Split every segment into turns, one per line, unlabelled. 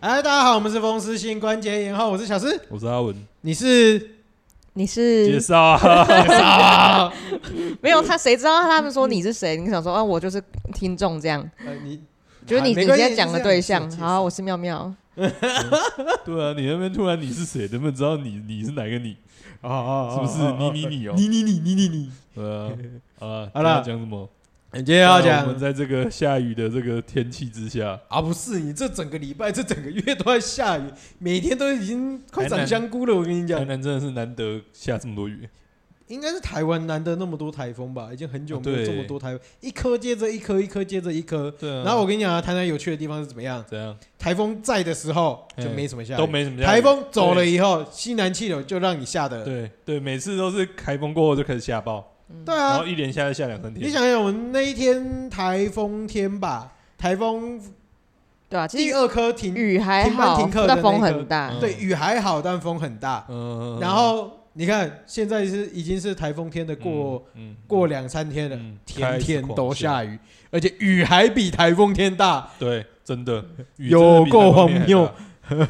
嗨，哎大家好，我们是风湿性关节炎后，我是小诗，
我是阿文，
你是
你
介
是
绍啊，
啊？
没有他，谁知道他们说你是谁？你想说啊，我就是听众这样，
呃你
就是你
啊
你
没
今
关系
天讲的对象
就。是这样
好，我是妙妙，
对啊，你那边突然你是谁，能不能知道你你是哪个你？
哦哦
是不是你你你哦
你你你你你你，
对啊，好了，
好啦
今天要讲什么？
你今天要
对啊我
讲
们在这个下雨的这个天气之下，
啊？不是，你这整个礼拜这整个月都在下雨，每天都已经快
台
长
南
香菇了。我跟你
台
讲，
南真的是难得下这么多雨，
应该是台湾难得那么多台风吧，已经很久没
啊
有
对
这么多台风，一颗接着一颗，一颗接着一颗。
对啊，
然后我跟你讲啊，台南有趣的地方是怎么样？
怎样
台风在的时候
哎
就没什么下雨，
都没什么下雨
台风走了以后，西南气流就让你下的。
对对，每次都是台风过后就开始下暴，
对
然
啊
后，一连下就下两三
你
天，
想想，我们那一天台风天吧，台风
对啊，其
第
实
二颗停，
雨还好
停班停，课的
但风
那个
很大
嗯，
对，雨还好，但风很大。
嗯，
然后你看，现在是已经是台风天的过
嗯嗯
过两三天了
嗯，
天天都
开
下雨，而且雨还比台风天大。
对，真的雨
有
真的比
够
台风
荒
天还
谬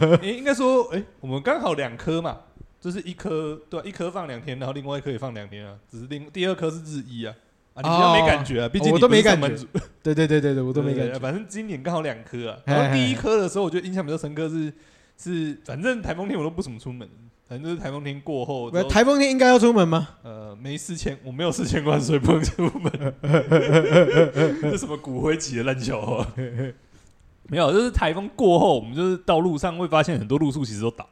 大。 诶应该说，诶，我们刚好两颗嘛，就是一颗对、啊，一颗放两天，然后另外一颗也放两天啊，只是另第二颗是日一啊。啊，你比较
哦
没感觉啊，毕竟
我
你
都
不是
没感
上班
觉
族，
对对对对对，我
我
都没感觉。
反正今年刚好两颗啊，
嘿
然后第一颗的时候，我觉得印象比较深刻是是，反正台风天我都不怎么出门，反正就是台风天过后之
不
后，
是台风天应该要出门吗？
呃，没四千，我没有四千万，所以不能出 门。这什么骨灰级的烂笑话？ 没有，就是台风过后，我们就是到路上会发现很多路树其实都倒。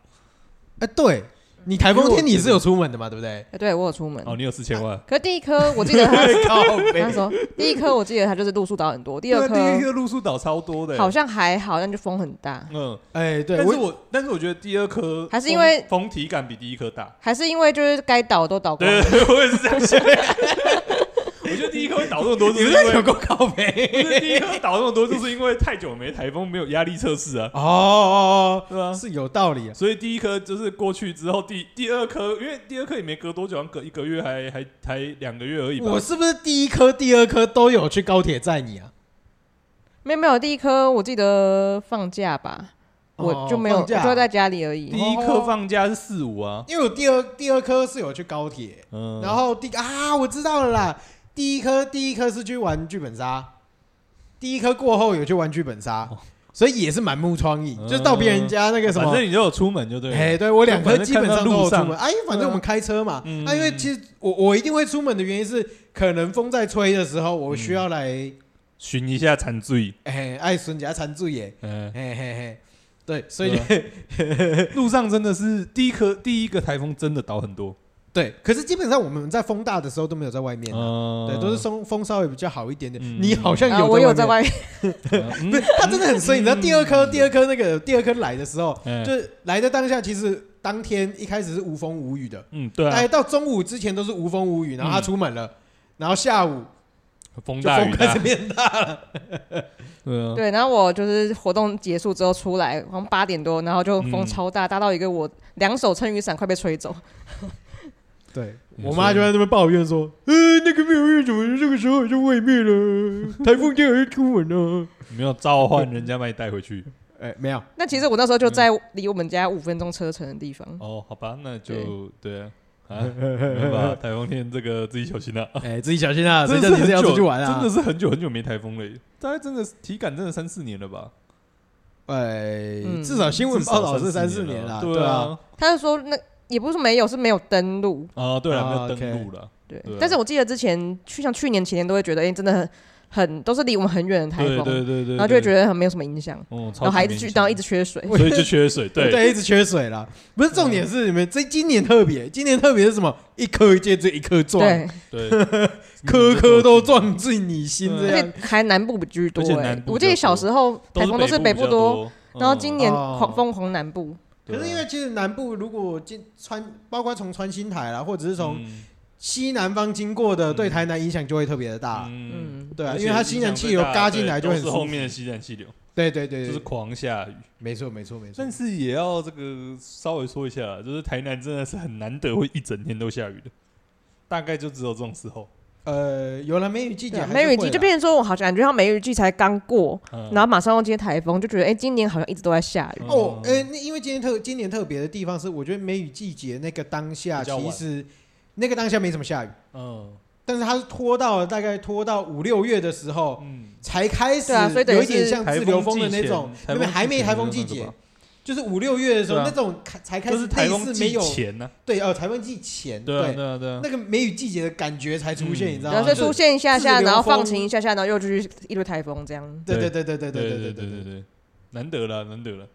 哎，对你台风天你是有出门的嘛，对不对？
哎，对我有出门。
哦，你有四千万，
可是第一颗我 记得他
靠
他说第一颗我记得他就是路数倒很多，第
对
二
啊第一颗
颗
路树倒超多的、
好像还好，但就风很大，
嗯，
哎，对，
但是
我
我但是我觉得第二颗
还是因为
风风体感比第一颗 大。
还是因为就是该倒都倒光
对
了。，
我也是这样 想。我觉得第一颗会倒这么多，就是因
有
为
够靠背。
不是第一颗倒这么多，就是因为太久没台风，没有压力测试啊，
哦哦
对吧、
哦，是有道理啊。
所以第一颗就是过去之后，第第二颗，因为第二颗也没隔多久，好像隔一个月还还还两个月而已吧。
我是不是第一颗、第二颗都有去高铁站你啊？
没有没有，第一颗我记得放假吧，
哦
我就没有，
放
我
假
就在家里而
第
已。
一颗放假是四五啊，
因为我第二第二颗是有去高铁，
嗯，
然后第啊我知道了啦，第一颗第一颗是去玩剧本杀，第一颗过后有去玩剧本杀，所以也是满目疮痍，
哦嗯
就是到别人家那个什
反
么。
正你就有出门就对了。
哎，对我两颗
反正
基本上都有出
看到
门，
路
哎，反正我们开车嘛，
嗯
啊，因为其实我我一定会出门的原因是，可能风在吹的时候，我需
嗯
要来，
寻一下残醉，
哎，爱孙家缠住耶，
嗯，
哎嘿嘿嘿，对，所以就
路上真的是第一颗第一个台风真的倒很多，
对，可是基本上我们在风大的时候都没有在外面啊，
嗯，
对，都是风风稍微比较好一点点。
嗯
你好像
啊，
有，
我有在
面。
外面，
嗯
不是，他真的很衰。你知道第二颗，第二颗那个第二颗来的时候，
嗯
就是来的当下，其实当天一开始是无风无雨的，
嗯，对啊
哎，，到中午之前都是无风无雨，然后他
嗯
出门了，然后下午
风
就
大
风
雨
开
大
始，变大。
对啊，
对，然后我就是活动结束之后出来，好像八点多，然后就风
嗯
超大，大到一个我两手撑雨伞快被吹走。
对
你
我妈
说
就在那边抱怨说：“呃，那个妙月怎么这个时候就外面 了？台风天还出门啊呢
你没有召唤人家把你带回去。？”
哎，没有，
那其实我那时候就在离我们家五分钟车程的地方。
嗯哦，好吧，那就对啊， 啊，没办法台风天这个自己小心啊。
哎，自己小心 啊！谁
真
叫
的是
你是
很
要
久
出去玩啊？
真的是很久很久没台风了耶，大概真的是体感真的三四年了吧？
哎，
嗯
至少新闻
至少
报道是三
四
四
年
年
了
啦，
对
啊，
啊，
他就说那也不是没有，是没有登录。
啊，对啊，没
啊
有
，OK
登录了，
对，
对啊
但是我记得之前去像去年前年都会觉得，哎、真的很很都是离我们很远的台
对
风，
对对对对，
然后就会觉
得，
得很没有什么影响，
嗯，
然后还一直
去
去，，然后一直缺水。
所以就缺水，对，
对，一直缺水啦。不是重点是你们这今年特别，今年特别是什么？一颗接着一颗撞，
对，
对，
颗颗都撞进你心
嗯
这
而
样
且。还南部居多、
而且
哎
南部
我
比
记
较
得小
多
时候台风都是
北
北
比
部
较
多，
多，嗯
然后今年
哦
狂疯狂南部。
啊
可是因为其实南部如果经穿，包括从穿新台啦，或者是从西南方经过的，
嗯
对台南影响就会特别的大。
嗯。
嗯，
对啊，
而且
因为它西南气流嘎进来就
对
很
都
舒
是后
服。
面的西南气流，
对对对对
就是
对，
狂下雨。
没错没错没错
但。是也要这个稍微说一下啦，就是台南真的是很难得会一整天都下雨的，大概就只有这种时候。
呃，有了梅雨季
对
节
啊，，梅雨季就变成说，我好像感觉哎像梅雨季才刚过，
嗯
然后马上要接台风，就觉得哎、今年好像一直都在下雨。
哦，呃，那因为今天特今年特别的地方是，我觉得梅雨季节那个当下，
比较晚
其实那个当下没怎么下雨，
嗯
但是它是拖到了大概拖到五六月的时候
嗯，
才开始，
对啊所以等于
有一点
是
像
台
自流
风
风的
季
那
前
种，
台
因为
风
还
季
没
前
台
的
风
那
季
个
节
吧，
就是五六月的时候、
对啊
那种开才开
就是
始
台
类
风
似
季
没有
前呢，
对呃台风季前
对啊对啊对啊，
那个梅雨季节的感觉才出现，
嗯
你知道
然
吗？
后就
就是
出现一下
自
下，
流
然后放
风
晴一下下，然后又继续一堆台风这样。
对对对对对
对
对
对
对
对对对，难得了难得了，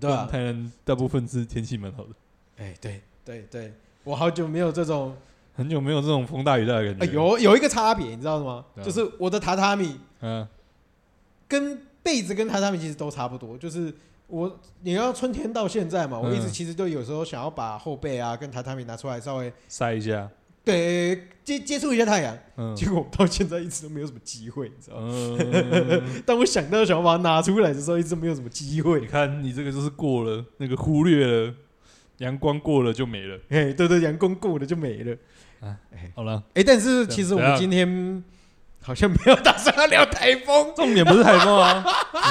对啊吧？
台南大部分是天气蛮好的，
哎，对对对，我好久没有这种，
很久没有这种风大雨大的感
哎，
觉，，
有有一个差别，你知道吗？
对啊
就是我的榻榻米
嗯
跟被子跟榻榻米其实都差不多，就是我你要春天到现在嘛，我一直
嗯
其实就有时候想要把后背啊跟榻榻米拿出来稍微
晒一下，
对接接触一下太阳，
嗯
结果我到现在一直都没有什么机会，你知道吗？
嗯，
当我想到想要把它拿出来的时候，一直没有什么机
你
会。
看你这个就是过了那个忽略了阳光过了就没了，
哎，对对，阳光过了就没了。
好了，
哎，但是其实我
怎
们
样
今天好像没有打算要聊台风。
重点不是台风啊，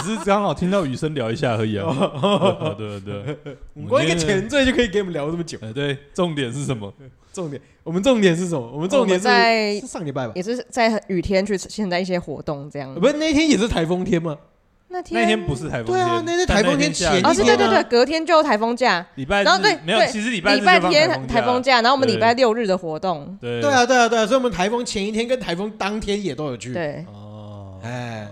只是刚好听到雨声聊一下而已啊，
哦
对对对，我们
光一个
今天
前缀就可以给我们聊这么久。
呃对，重点是什么？
重点，我们重点是什么？我们重点
我们
是
在
是上礼拜吧？
也是在雨天去参加一些活动这样。
呃不是那天也是台风天吗？
那天
那天不是台风
对
天，
啊那是
但
台风天
天下
前
雨
哦，是
一
对
天
对
啊
对，隔天就台风假，
礼拜日
然后对
没有，
对
其实礼拜日
礼
就
拜
放
天台风
假，
假，然后我们
对
礼拜六日的活动，
对
对啊，对啊，对啊，所以我们台风前一天跟台风当天也都有去。，
对，
哦，
哎，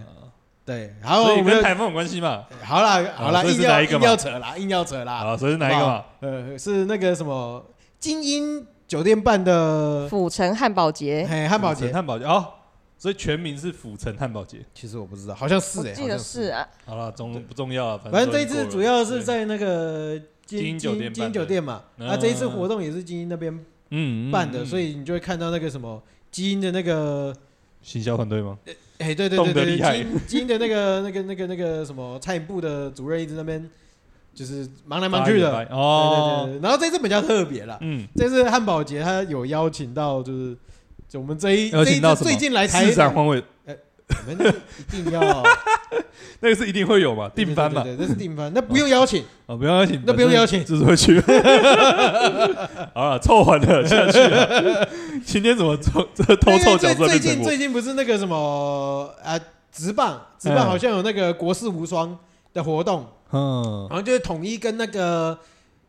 对，然后
所以
我们
跟
就
台风有关系嘛？
好啦好啦，
所以是
硬要
哪一个
硬
嘛
要扯啦，硬要扯啦。
啊，所以是哪一个嘛？
呃，是那个什么精英酒店办的
府城汉堡节，
哎汉堡
府城
节，
汉堡节哦，所以全名是府城汉堡节。
其实我不知道，好像是
我
哎，
记
好
得
像
是啊，
好了，中不重要啊，反
反正
正
这一
都已
次
经过了
主要是在那个
精英酒店
精英
办的
酒店嘛，
嗯
啊，这一次活动也是精英那边
对嗯嗯
办的，
嗯
所以你就会看到那个什么基因的那个，
行销团队吗？
哎，对对
动
对
得
对，
厉害
基因基因的那个那个那个那个什么餐饮部的主任一直那边就是忙来忙去的，
八一八一
对
哦，
对对对。然后这次比较特别啦，
嗯，
这次汉堡节他有邀请到就是。就我们这一
邀
这一
请到
次
什么
最近来台
市长换位，
我们一定要啊
那个是一定会有嘛， 定番嘛，
对，对对对这是定番，那不用邀请，
哦，不用邀请，
那不用邀请
就是会去。 好了，凑合的下去了。 今天怎么凑这 偷凑角色
最最
变
近
成我？
最近不是那个什么啊，直棒直棒
嗯
好像有那个国士无双的活动，
嗯
然后就是统一跟那个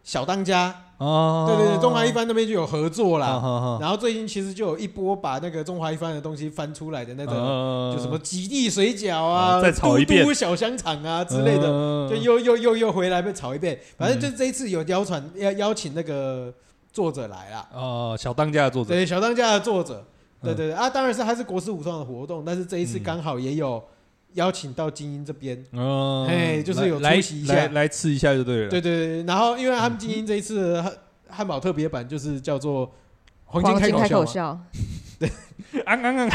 小当家，
哦，
对对对，中华一番那边就有合作啦。
啦，
然后最近其实就有一波把那个中华一番的东西翻出来的那种，
个
就什么极地水饺啊、
啊哦再炒一遍哦
嘟嘟小香肠啊之类的，
的
就又又又又回来被炒一遍。反正
嗯
就这一次有邀传邀邀请那个作者来啦，
哦，小当家的作者，
对，小当家的作者，对
嗯
对对、啊，当然是他是国师武装的活动，但是这一次刚好也有邀请到精英这边，
嗯，
嘿就是有
来
出席一下
来来吃一下就对了。
对对对，然后因为他们精英这一次的汉汉堡特别版就是叫做黄金
金
口
开口
嘛，
笑，
安安安，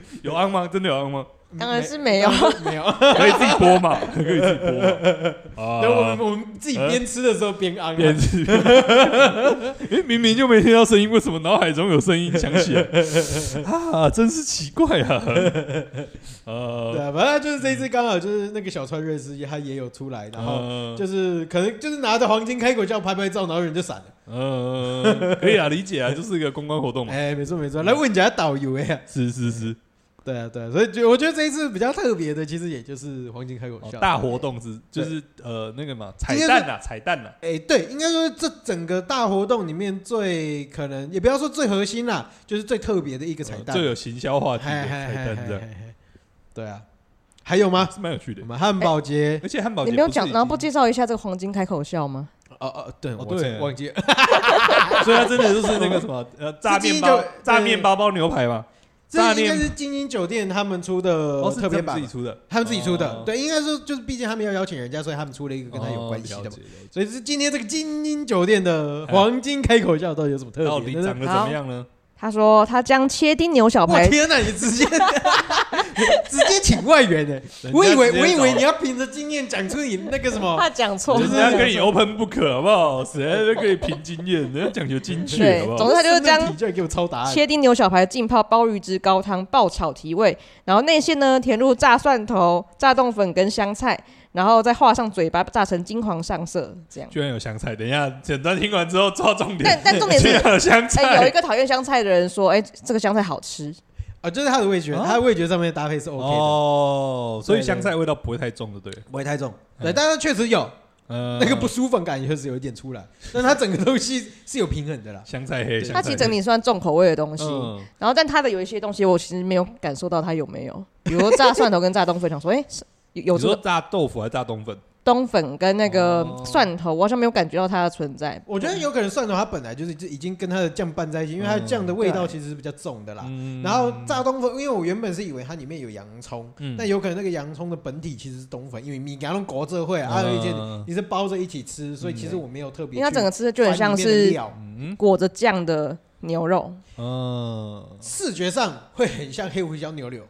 有安吗？真的有安吗？
当然是没有，
没有，
可以自己播嘛，可以自己播嘛。
然后我们
啊，
我们自己边吃的时候边昂、
编 辑，因为明明就没听到声音，为什么脑海中有声音响 起来？啊，真是奇怪啊！
对
呃，
啊，反正就是这一次刚好就是那个小川瑞司他也有出来，然后
呃
就是可能就是拿着黄金开口笑拍拍照，然后人就散了，
呃，可以啊，理解啊，就是一个公关活 动嘛。
哎、没错没错，来问人家导游哎、
是是是，
对啊，对啊，所以就我觉得这一次比较特别的，其实也就是黄金开口
哦
笑、
大活动是就是呃那个嘛，彩
应该是
蛋呐，彩蛋呐，啊
哎、对，应该说这整个大活动里面最可能，也不要说最核心啦，就是最特别的一个彩
呃
蛋，
最有行销话题的
嗨嗨
彩
嗨
蛋
嗨
这样。
嗨嗨对啊，还有吗？
是蛮有趣的
我。们汉堡节，
而且汉堡
你
节
没有
不是
讲，
已
然后不
经，
介绍一下这个黄金开口笑吗？
哦哦，对，
哦
我
对
忘记了，
所以它真的就是那个什么呃炸面包
自己就
炸面包包牛排嘛，炸
这应
面
该是精英酒店他们出的
哦是
特别
他们
版
自己，出的，
他们自己出的
哦，
对，应该说就是毕竟他们要邀请人家，所以他们出了一个跟他有关系的
哦
嘛
了。解了解
所以是今天这个精英酒店的黄金开口笑到底有什么特
到
别
底
的呢？
长得怎么样呢？
他说他将切丁牛小
我
排
天哪！你直接 直接请外援欸的、
人家
我以为
直接
我以为
找
你要凭着经验讲出你那个什么
怕讲错，
人家跟你 open book 好不好？谁还可以凭经验？人家讲究精确
对
好不
总
好？
之他就是这样
生命题就给我抄答案，
切丁牛小排浸泡鲍鱼汁高汤爆炒提味，然后内馅呢填入炸蒜头、炸冻粉跟香菜，然后再画上嘴巴炸成金黄上色，这样。
居然有香菜！等一下，简单听完之后抓 重
但
点。
但重点
居
是，
然有香
哎、有
菜，
一个讨厌香菜的人说，哎、这个香菜好吃，
啊，就是他的味觉，
啊
他的味觉上面的搭配是 OK 的，
哦，所以
对对
香菜味道不会太重的，对了。
不会太重。
嗯
对，但是确实有
嗯
那个不舒服感，确实有一点出来，但它整个东西 是有平衡的啦。
香菜黑，香菜
它其实整体算重口味的东西。
嗯
然后，但它的有一些东西，我其实没有感受到它有没有，比如说炸蒜头跟炸冬粉，想说，哎、是有有
你
这
说
个
炸豆腐还是炸冬粉？
冬粉跟那个
哦
蒜头，我好像没有感觉到它的存在。
我觉得有可能蒜头它本来就是已经跟它的酱拌在一起，因为它的酱的味道其实是比较重的啦。
嗯
然后炸冬粉，因为我原本是以为它里面有洋葱，
嗯
但有可能那个洋葱的本体其实是冬粉，因为米给它弄国这会啊，还有一件
嗯
你是包着一起吃，所以其实我没有特别去
因为它
翻里面的料。
整个吃的就很像是
嗯
裹着酱的牛肉，
嗯，
视觉上会很像黑胡椒牛柳，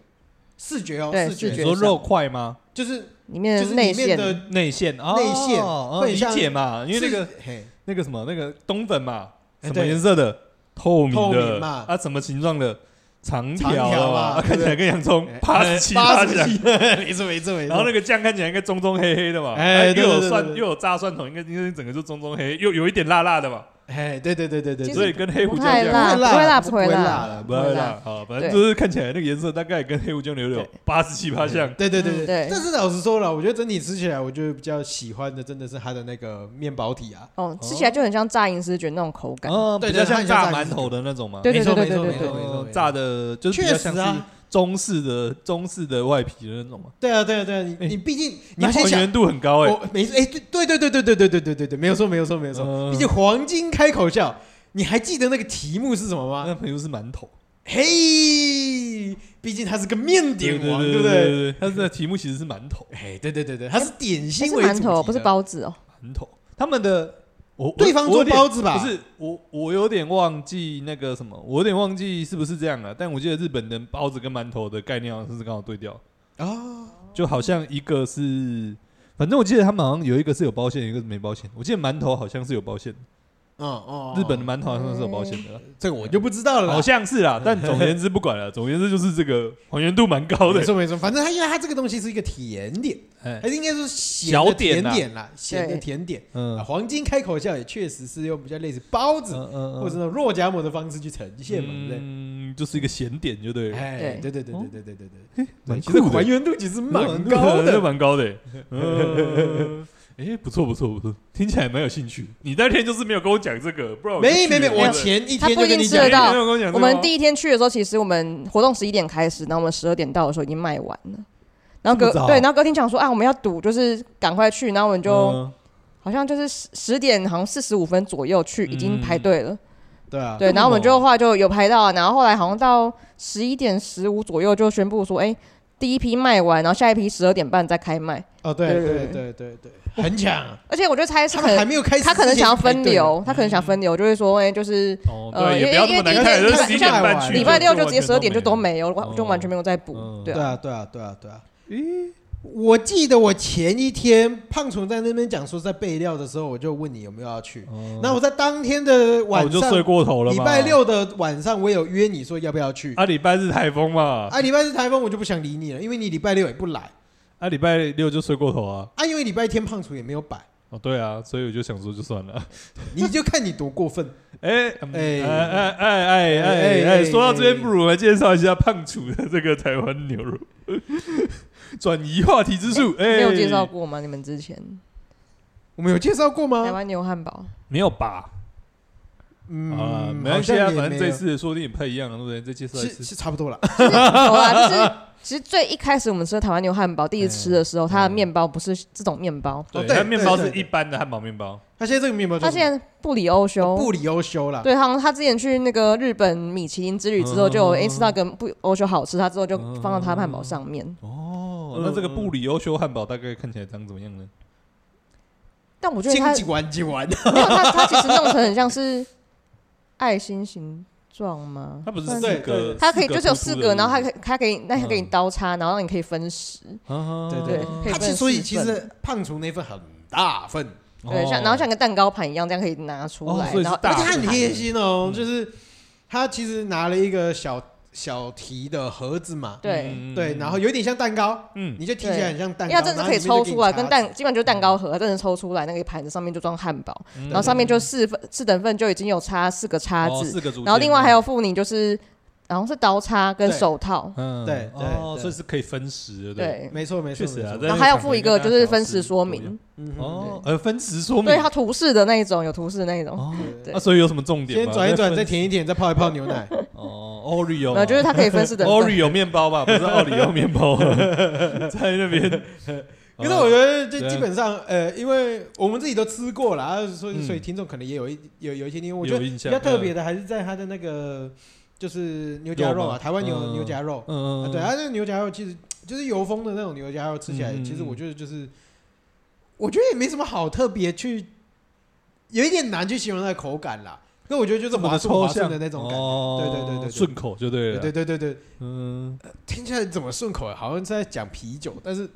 视觉哦，
对
视觉
你
视觉
说肉块吗？
就是
里面
就是
的
里
内
面
馅
的
内馅，哦
内馅
嗯
会
理
像
解嘛？因为那个
是 嘿
那个什么那个冬粉嘛，
哎
什么
对
颜色的？透明
透
的
明嘛
啊，什么形状的？长
长
条
条嘛
啊，啊看起来跟洋葱
哎
八十七
八
十七，
七， 没错没错没错。
然后那个酱看起来应该棕棕黑黑的嘛，
哎
啊
对
又有
对对
蒜
对对
又有炸蒜头，应该应该整个就棕棕黑，又有一点辣辣的嘛，
哎，对对对对对对，
其实
所以跟黑胡
不
椒
太
酱
辣，
不会辣
会辣，
不
不
会
会
辣
辣
啦，
不太辣，好，反正
对
就是看起来那个颜色大概跟黑胡椒牛柳
对
八十七八像，
对对对对
嗯对
但是老实说了，我觉得整体吃起来，我觉得比较喜欢的真的是它的那个面包体啊，
哦，吃起来就很像炸银丝卷那种口感。
哦，
对
比较
对它
像
很
炸
像炸
馒
鸡
头的那种嘛，
对
没
对
错
对
没
对
错
对
没
对
错
对，
没错
哦，炸的就是比
确
较
实
像是
啊，
中式的中式的外皮的那种嘛，
对啊对啊对啊，你
哎
你毕竟你
那
要先
还
想。
原度很高哎，
我没哎，对对对对对对对对对对对，没有错没有错没有错，
嗯
毕竟黄金开口笑，你还记得那个题目是什么吗？
那朋友是馒头，
嘿，毕竟它是个面点王，
对
不
对
对？
对，但是那题目其实是馒头，
哎，对对对对，它是点
哎
心
是
为主
馒
题
头，
的
不是，包子哦。
馒头，他们的我我
对方
我有
做
点
包子吧？
不是我，我有点忘记那个什么，我有点忘记是不是这样了、但我记得日本人包子跟馒头的概念好像是刚好对调，
啊，
就好像一个是，反正我记得他们好像有一个是有包馅，一个是没包馅。我记得馒头好像是有包馅，
嗯哦，
日本的馒头好像是有包馅的啦，
这个我就不知道了啦，
好像是啦。但总而言之不管了，总而言之就是这个还原度蛮高
没
的。
错没错，反正它因为它这个东西是一个甜点，
哎，
还是应该说咸
小
的
点
甜
啊
点啦，咸的甜点。
嗯
啊，黄金开口笑也确实是用比较类似包子
嗯嗯，
或者那种肉夹馍的方式去呈现嘛，对不对？
嗯，就是一个咸点，就对了，嗯
哎，对
对
对对对对对对对，对
蛮
其实
酷的
还原度其实蛮高
对
的。
蛮高的 欸。嗯， 哎，不错不错不错，听起来蛮有兴趣。你那天就是没有跟我讲这个，不然我就
没
去
没没，
了
我前一天
他
就
不一
跟
定
你
吃
讲
得，到
没有跟我讲这个吗。
我们第一天去的时候，其实我们活动十一点开始，然后我们十二点到的时候已经卖完了。然后
这么
隔
早
对，然后隔天讲说啊，我们要赌，就是赶快去。然后我们就
嗯
好像就是十十点，好像四十五分左右去，已经排队了。
对啊，
对，
这么
然后我们
猛
就后来就有排到，然后后来好像到十一点十五左右就宣布说，哎，第一批卖完，然后下一批十二点半再开卖。
哦对
对
对
对
对对对，很强啊。
而且我觉得猜是
他
可
们还
能
没有开始，哎
他可能想要分，流，他可能想分流，就会说，哎、就是
哦，
呃
对，也
因
不
为
要这么
因为
难
第一
看，
天
就
看
十一点半去，
对
礼拜六就直接
完全
十二点就都
没
没有，
哦
就完全没有在补，
嗯
对
对
啊，
啊对啊对啊对啊。我记得我前一天胖虫在那边讲说在备料的时候，我就问你有没有要去。
有。哦
那我在当天的
啊我
晚
就
上
睡过头了嘛。
礼拜六的晚上，我有约你说要不要去。
啊，礼拜日台风嘛，
啊，礼拜日台风我就不想理你了，因为你礼拜六也不来
啊，礼拜六就睡过头啊。
啊，因为礼拜天胖厨也没有摆，
哦，对啊，所以我就想说就算了。
你就看你多过分。
哎嗯
哎
哎哎哎哎哎哎！说到这边，不如我来介绍一下胖楚的这个台湾牛肉，转移话题之术。哎，
没有介绍过吗？你们之 前
我们有介绍过
台
吗？
湾牛汉堡，
哎没有吧？啊，
嗯，
没
好
关系
像
啊，
也
反正
没
这
有。
次说不定也不太一样，啊对不对？再介绍一
是
次。
是差不多了，
就是有啦， 就是其实最一开始我们吃的台湾牛汉堡，第一次吃的时候，它的面包不是这种面包，
哦
对，
对
它面包
对
是
对
一般的汉堡面包。
他现在这个面包
它
叫什么，
现在哦布里欧修。
不理优修了。
对，好像他之前去那个日本米其林之旅之后，就有哎吃到跟布欧修好吃，他之后就放到他汉堡上面。
哦，那这个布里欧修汉堡大概看起来长怎么样呢？
但我觉得
今
他
今晚今晚，
没有，它它其实弄成很像是爱心型状吗？
它不是
算
四
是
个，
它可以就只有四
突出
个，
的
然后它
路
可以它给你，那它给你
嗯
刀叉，然后让你可以分食。
啊
对
对可以
他
分
其所以
四
其
份
实胖厨那份很大份，
对，像然后像个蛋糕盘一样，这样可以拿出
哦
来，
所以是
然后
大
而且他
份
很
的
贴心哦，就是他其实拿了一个小小提的盒子嘛，
对，
对，然后有点像蛋糕，
嗯
你就提起来很像蛋
因
糕，
为它真的是可以抽出来，
然后里面就给你叉
跟
子
蛋基本上就是蛋糕盒，它真的抽出来那个盘子上面就装汉堡，
嗯
然后上面就四份四等份就已经有插四个叉
哦
子，
四个组件，
然后另外还有附你就是好像是刀叉跟
对
手套，
嗯
对对
哦，
对
所以是可以分食的，对
对，
没错没错，
确实啊
没错
对
然后还有
那个
附一
感觉
个
跟
就是
大家
分
吃
时说
不一样
明，
嗯哼
哦，呃，分食说明
对，它图示的那一种，有图示的那一种。
嗯
哦，
对
啊，所以有什么重点
先
吗？
转一转，再
分
舔一舔，再泡一泡牛 奶。
哦，Oreo，
没有，就是它可以分 四等份。
Oreo 面包 吧，不是奥利奥面包，啊 在那边。
可是我觉得这
对啊
基本上，呃，因为我们自己都吃过了，啊所以
嗯
所以听众可能也有一有有一些听，我觉
哦有
得
印
比
象嗯
较特别，的还是在它的那个就是牛夹
肉
肉
吗
啊，台湾牛
嗯
牛夹肉，
嗯
啊
嗯，
对，它那个牛夹肉其实就是油封的那种牛夹肉，吃起来
嗯嗯
其实
嗯
我觉得就是，我觉得也没什么好特别去，有一点难去形容它的口感啦。可我觉得就是
这么
滑
的
顺
抽
滑
象
顺的那种感觉，
哦
对对对对对
顺口就对了，啊
对对对对对，
嗯，
听起来怎么顺口，好像是在讲啤酒，但是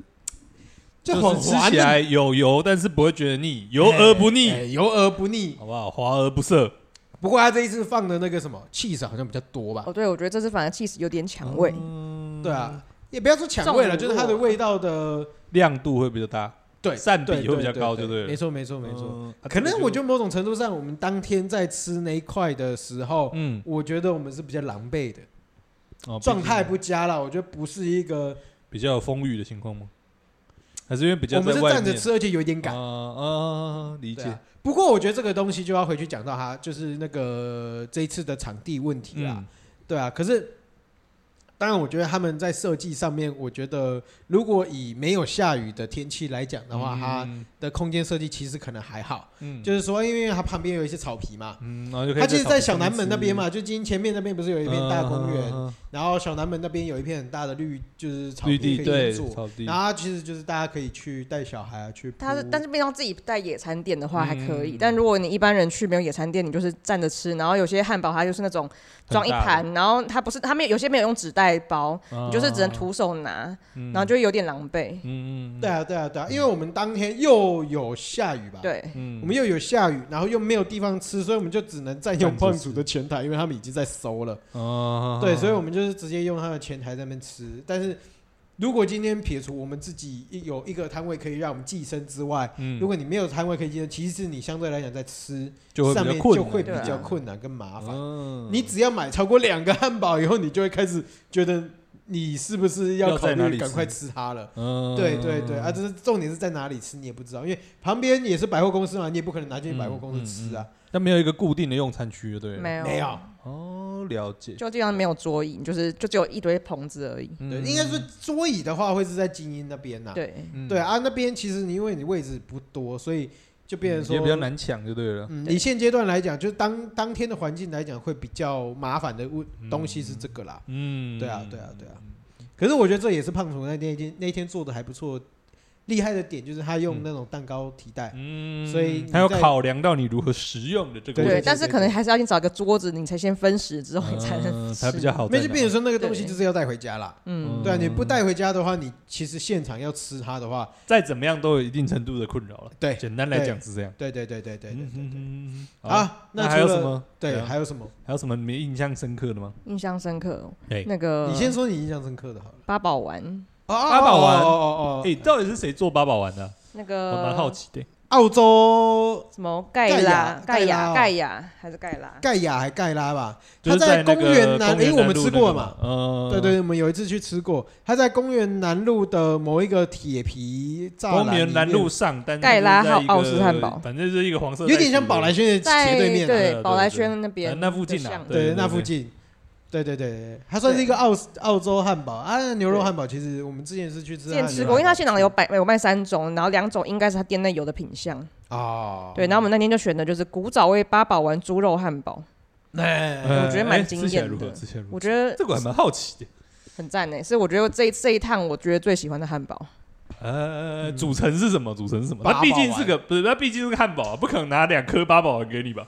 就
很
是吃
滑
起
嫩
来有油，但是不会觉得腻，油而不
哎
腻，
油而不腻。
好不好？滑而不涩，
不过他这一次放的那个什么 cheese 好像比较多吧？
哦，对，我觉得这次反而 cheese 有点抢味，
嗯
对，啊，也不要说抢味了，
重
就
乳酪
是它的味道的
亮度会比较大，
对
散
对
比会比较高，
对
就对了
没。错没错没错。
嗯，啊
可能我觉
这
得某种程度上，我们当天在吃那一块的时候
个就，嗯
我觉得我们是比较狼狈的，
哦
状态
毕
不佳啦。我觉得不是一个
竟比较有风雨的情况吗？还是因为比较
我们
在
是
外
站
面
着吃，而且有一点赶
啊。啊，理
对
解
啊。不过我觉得这个东西就要回去讲到它，就是那个这一次的场地问题啦。
嗯
对啊，可是当然，我觉得他们在设计上面，我觉得如果以没有下雨的天气来讲的话，它
嗯
的空间设计其实可能还好。
嗯
就是说，因为它旁边有一些草皮嘛，
嗯，然后就可以
它其实，在小
草坪上
南
面
门那边
吃，
嘛，就今天前面那边不是有一片大公园，
嗯，嗯嗯嗯
然后小南门那边有一片很大的绿，就是草
嗯绿
皮
地
可
对
以做。
草地
然，后它其实就是大家可以去带小孩啊去铺。
它是，但是变成自己带野餐垫的话还可以，
嗯
但如果你一般人去没有野餐垫，你就是站着吃，然后有些汉堡它就是那种装一
很大的
盘，然后它不是它没有有些没有用纸袋包，你就是只能徒手拿，
嗯，
然后就会有点狼狈。
嗯嗯嗯
对啊对啊对啊，因为我们当天又有下雨吧？
对，
嗯
我们又有下雨，然后又没有地方吃，所以我们就只能占用
站着
胖
吃
主的前台，因为他们已经在收了。
啊
对，所以我们就是直接用他的前台在那边吃。但是如果今天撇除我们自己一有一个摊位可以让我们寄生之外，
嗯
如果你没有摊位可以寄生，其实你相对来讲在吃
就会
上
比
面
较困
就
难，
会比
对啊
较困难跟麻烦。
嗯
你只要买超过两个汉堡以后，你就会开始觉得你是不是要
要
考
在哪
虑
里
赶
吃
快吃它了。
嗯
对对对，啊，就是重点是在哪里吃你也不知道，因为旁边也是百货公司嘛，你也不可能拿进百货公司吃啊。
但没有一个固定的用餐区，对了，
没有
没有，
哦，了解，
就地上没有桌椅，就是就只有一堆棚子而已。
对，
嗯
应该说桌椅的话会是在精英那边呐。
对，
嗯
对啊，那边其实你因为你位置不多，所以就变成
嗯也
说
比较。难抢，就对了，
嗯，
对
以现阶段来讲，就是当当天的环境来讲，会比较麻烦的物
嗯
东西是这个啦。
嗯，
对啊对啊对啊可是我觉得这也是胖厨那天那天做的还不错，厉害的点就是他用那种蛋糕替代。
嗯，
所以你
他要
在
考量到你如何食用的这个
对
问
对，
题，
但是可能还是要你找个桌子，你才先分食之后，你才能
嗯
吃
才比较。好在
没
哪，
就变成说那个东西
对
就是要带回家啦。
嗯，
对啊，你不带回家的话，你其实现场要吃它的话，
嗯再怎么样都有一定程度的困扰了，
对
简单来讲是这样，
对对对对对对对对。
嗯哼哼哼好
啊，
那
除
还有什
了
么？
对
啊
还有什么？
还有什么你印象深刻的吗？
印象深刻哦。
对
那个
你先说你印象深刻的好了。
八宝丸，
哦哦
八宝丸
哦哦呃哦
哎，到底是谁做八宝丸的啊？
那
我
个
蛮好奇的。
澳洲
什么盖拉、
盖
盖
亚
亚、盖亚还是盖拉？
盖亚还盖拉吧，
就是
他在
那个
公园南
公
诶我们
路
吃
那
过
个嘛
嘛？
嗯，
对对，我们有一次去吃过，他在公园南路的某一个铁皮栅栏里面，
公园南路上，但是
盖拉
就是在一个
号奥斯汉堡
反正就是一个黄色，
有点像宝莱。轩的
在
斜对面啊，
对
对
对
宝来轩那
呃
边
那附近啊
的巷子
对对
对，
对
那附近。对对对对，它算是一个澳澳洲汉堡啊，那牛肉
对
汉堡其实我们之前是啊去吃
之
它的牛肉
前
汉堡，
吃过，因为他现场有摆有卖三种，然后两种应该是他店内有的品相。
哦，
对，然后我们那天就选的就是古早味八宝丸猪肉汉
哦
堡，
哎，
呃
我觉得蛮惊
哎吃起来
艳
如何
的
吃起来如何
我觉得
这个我还蛮好奇的。
很赞呢，是我觉得这一这一趟我觉得最喜欢的汉堡。
呃，
嗯
组成是什么？组成是什么？
八宝
它
丸
毕竟是个不是，它毕竟是个汉堡啊，不可能拿两颗八宝丸给你吧？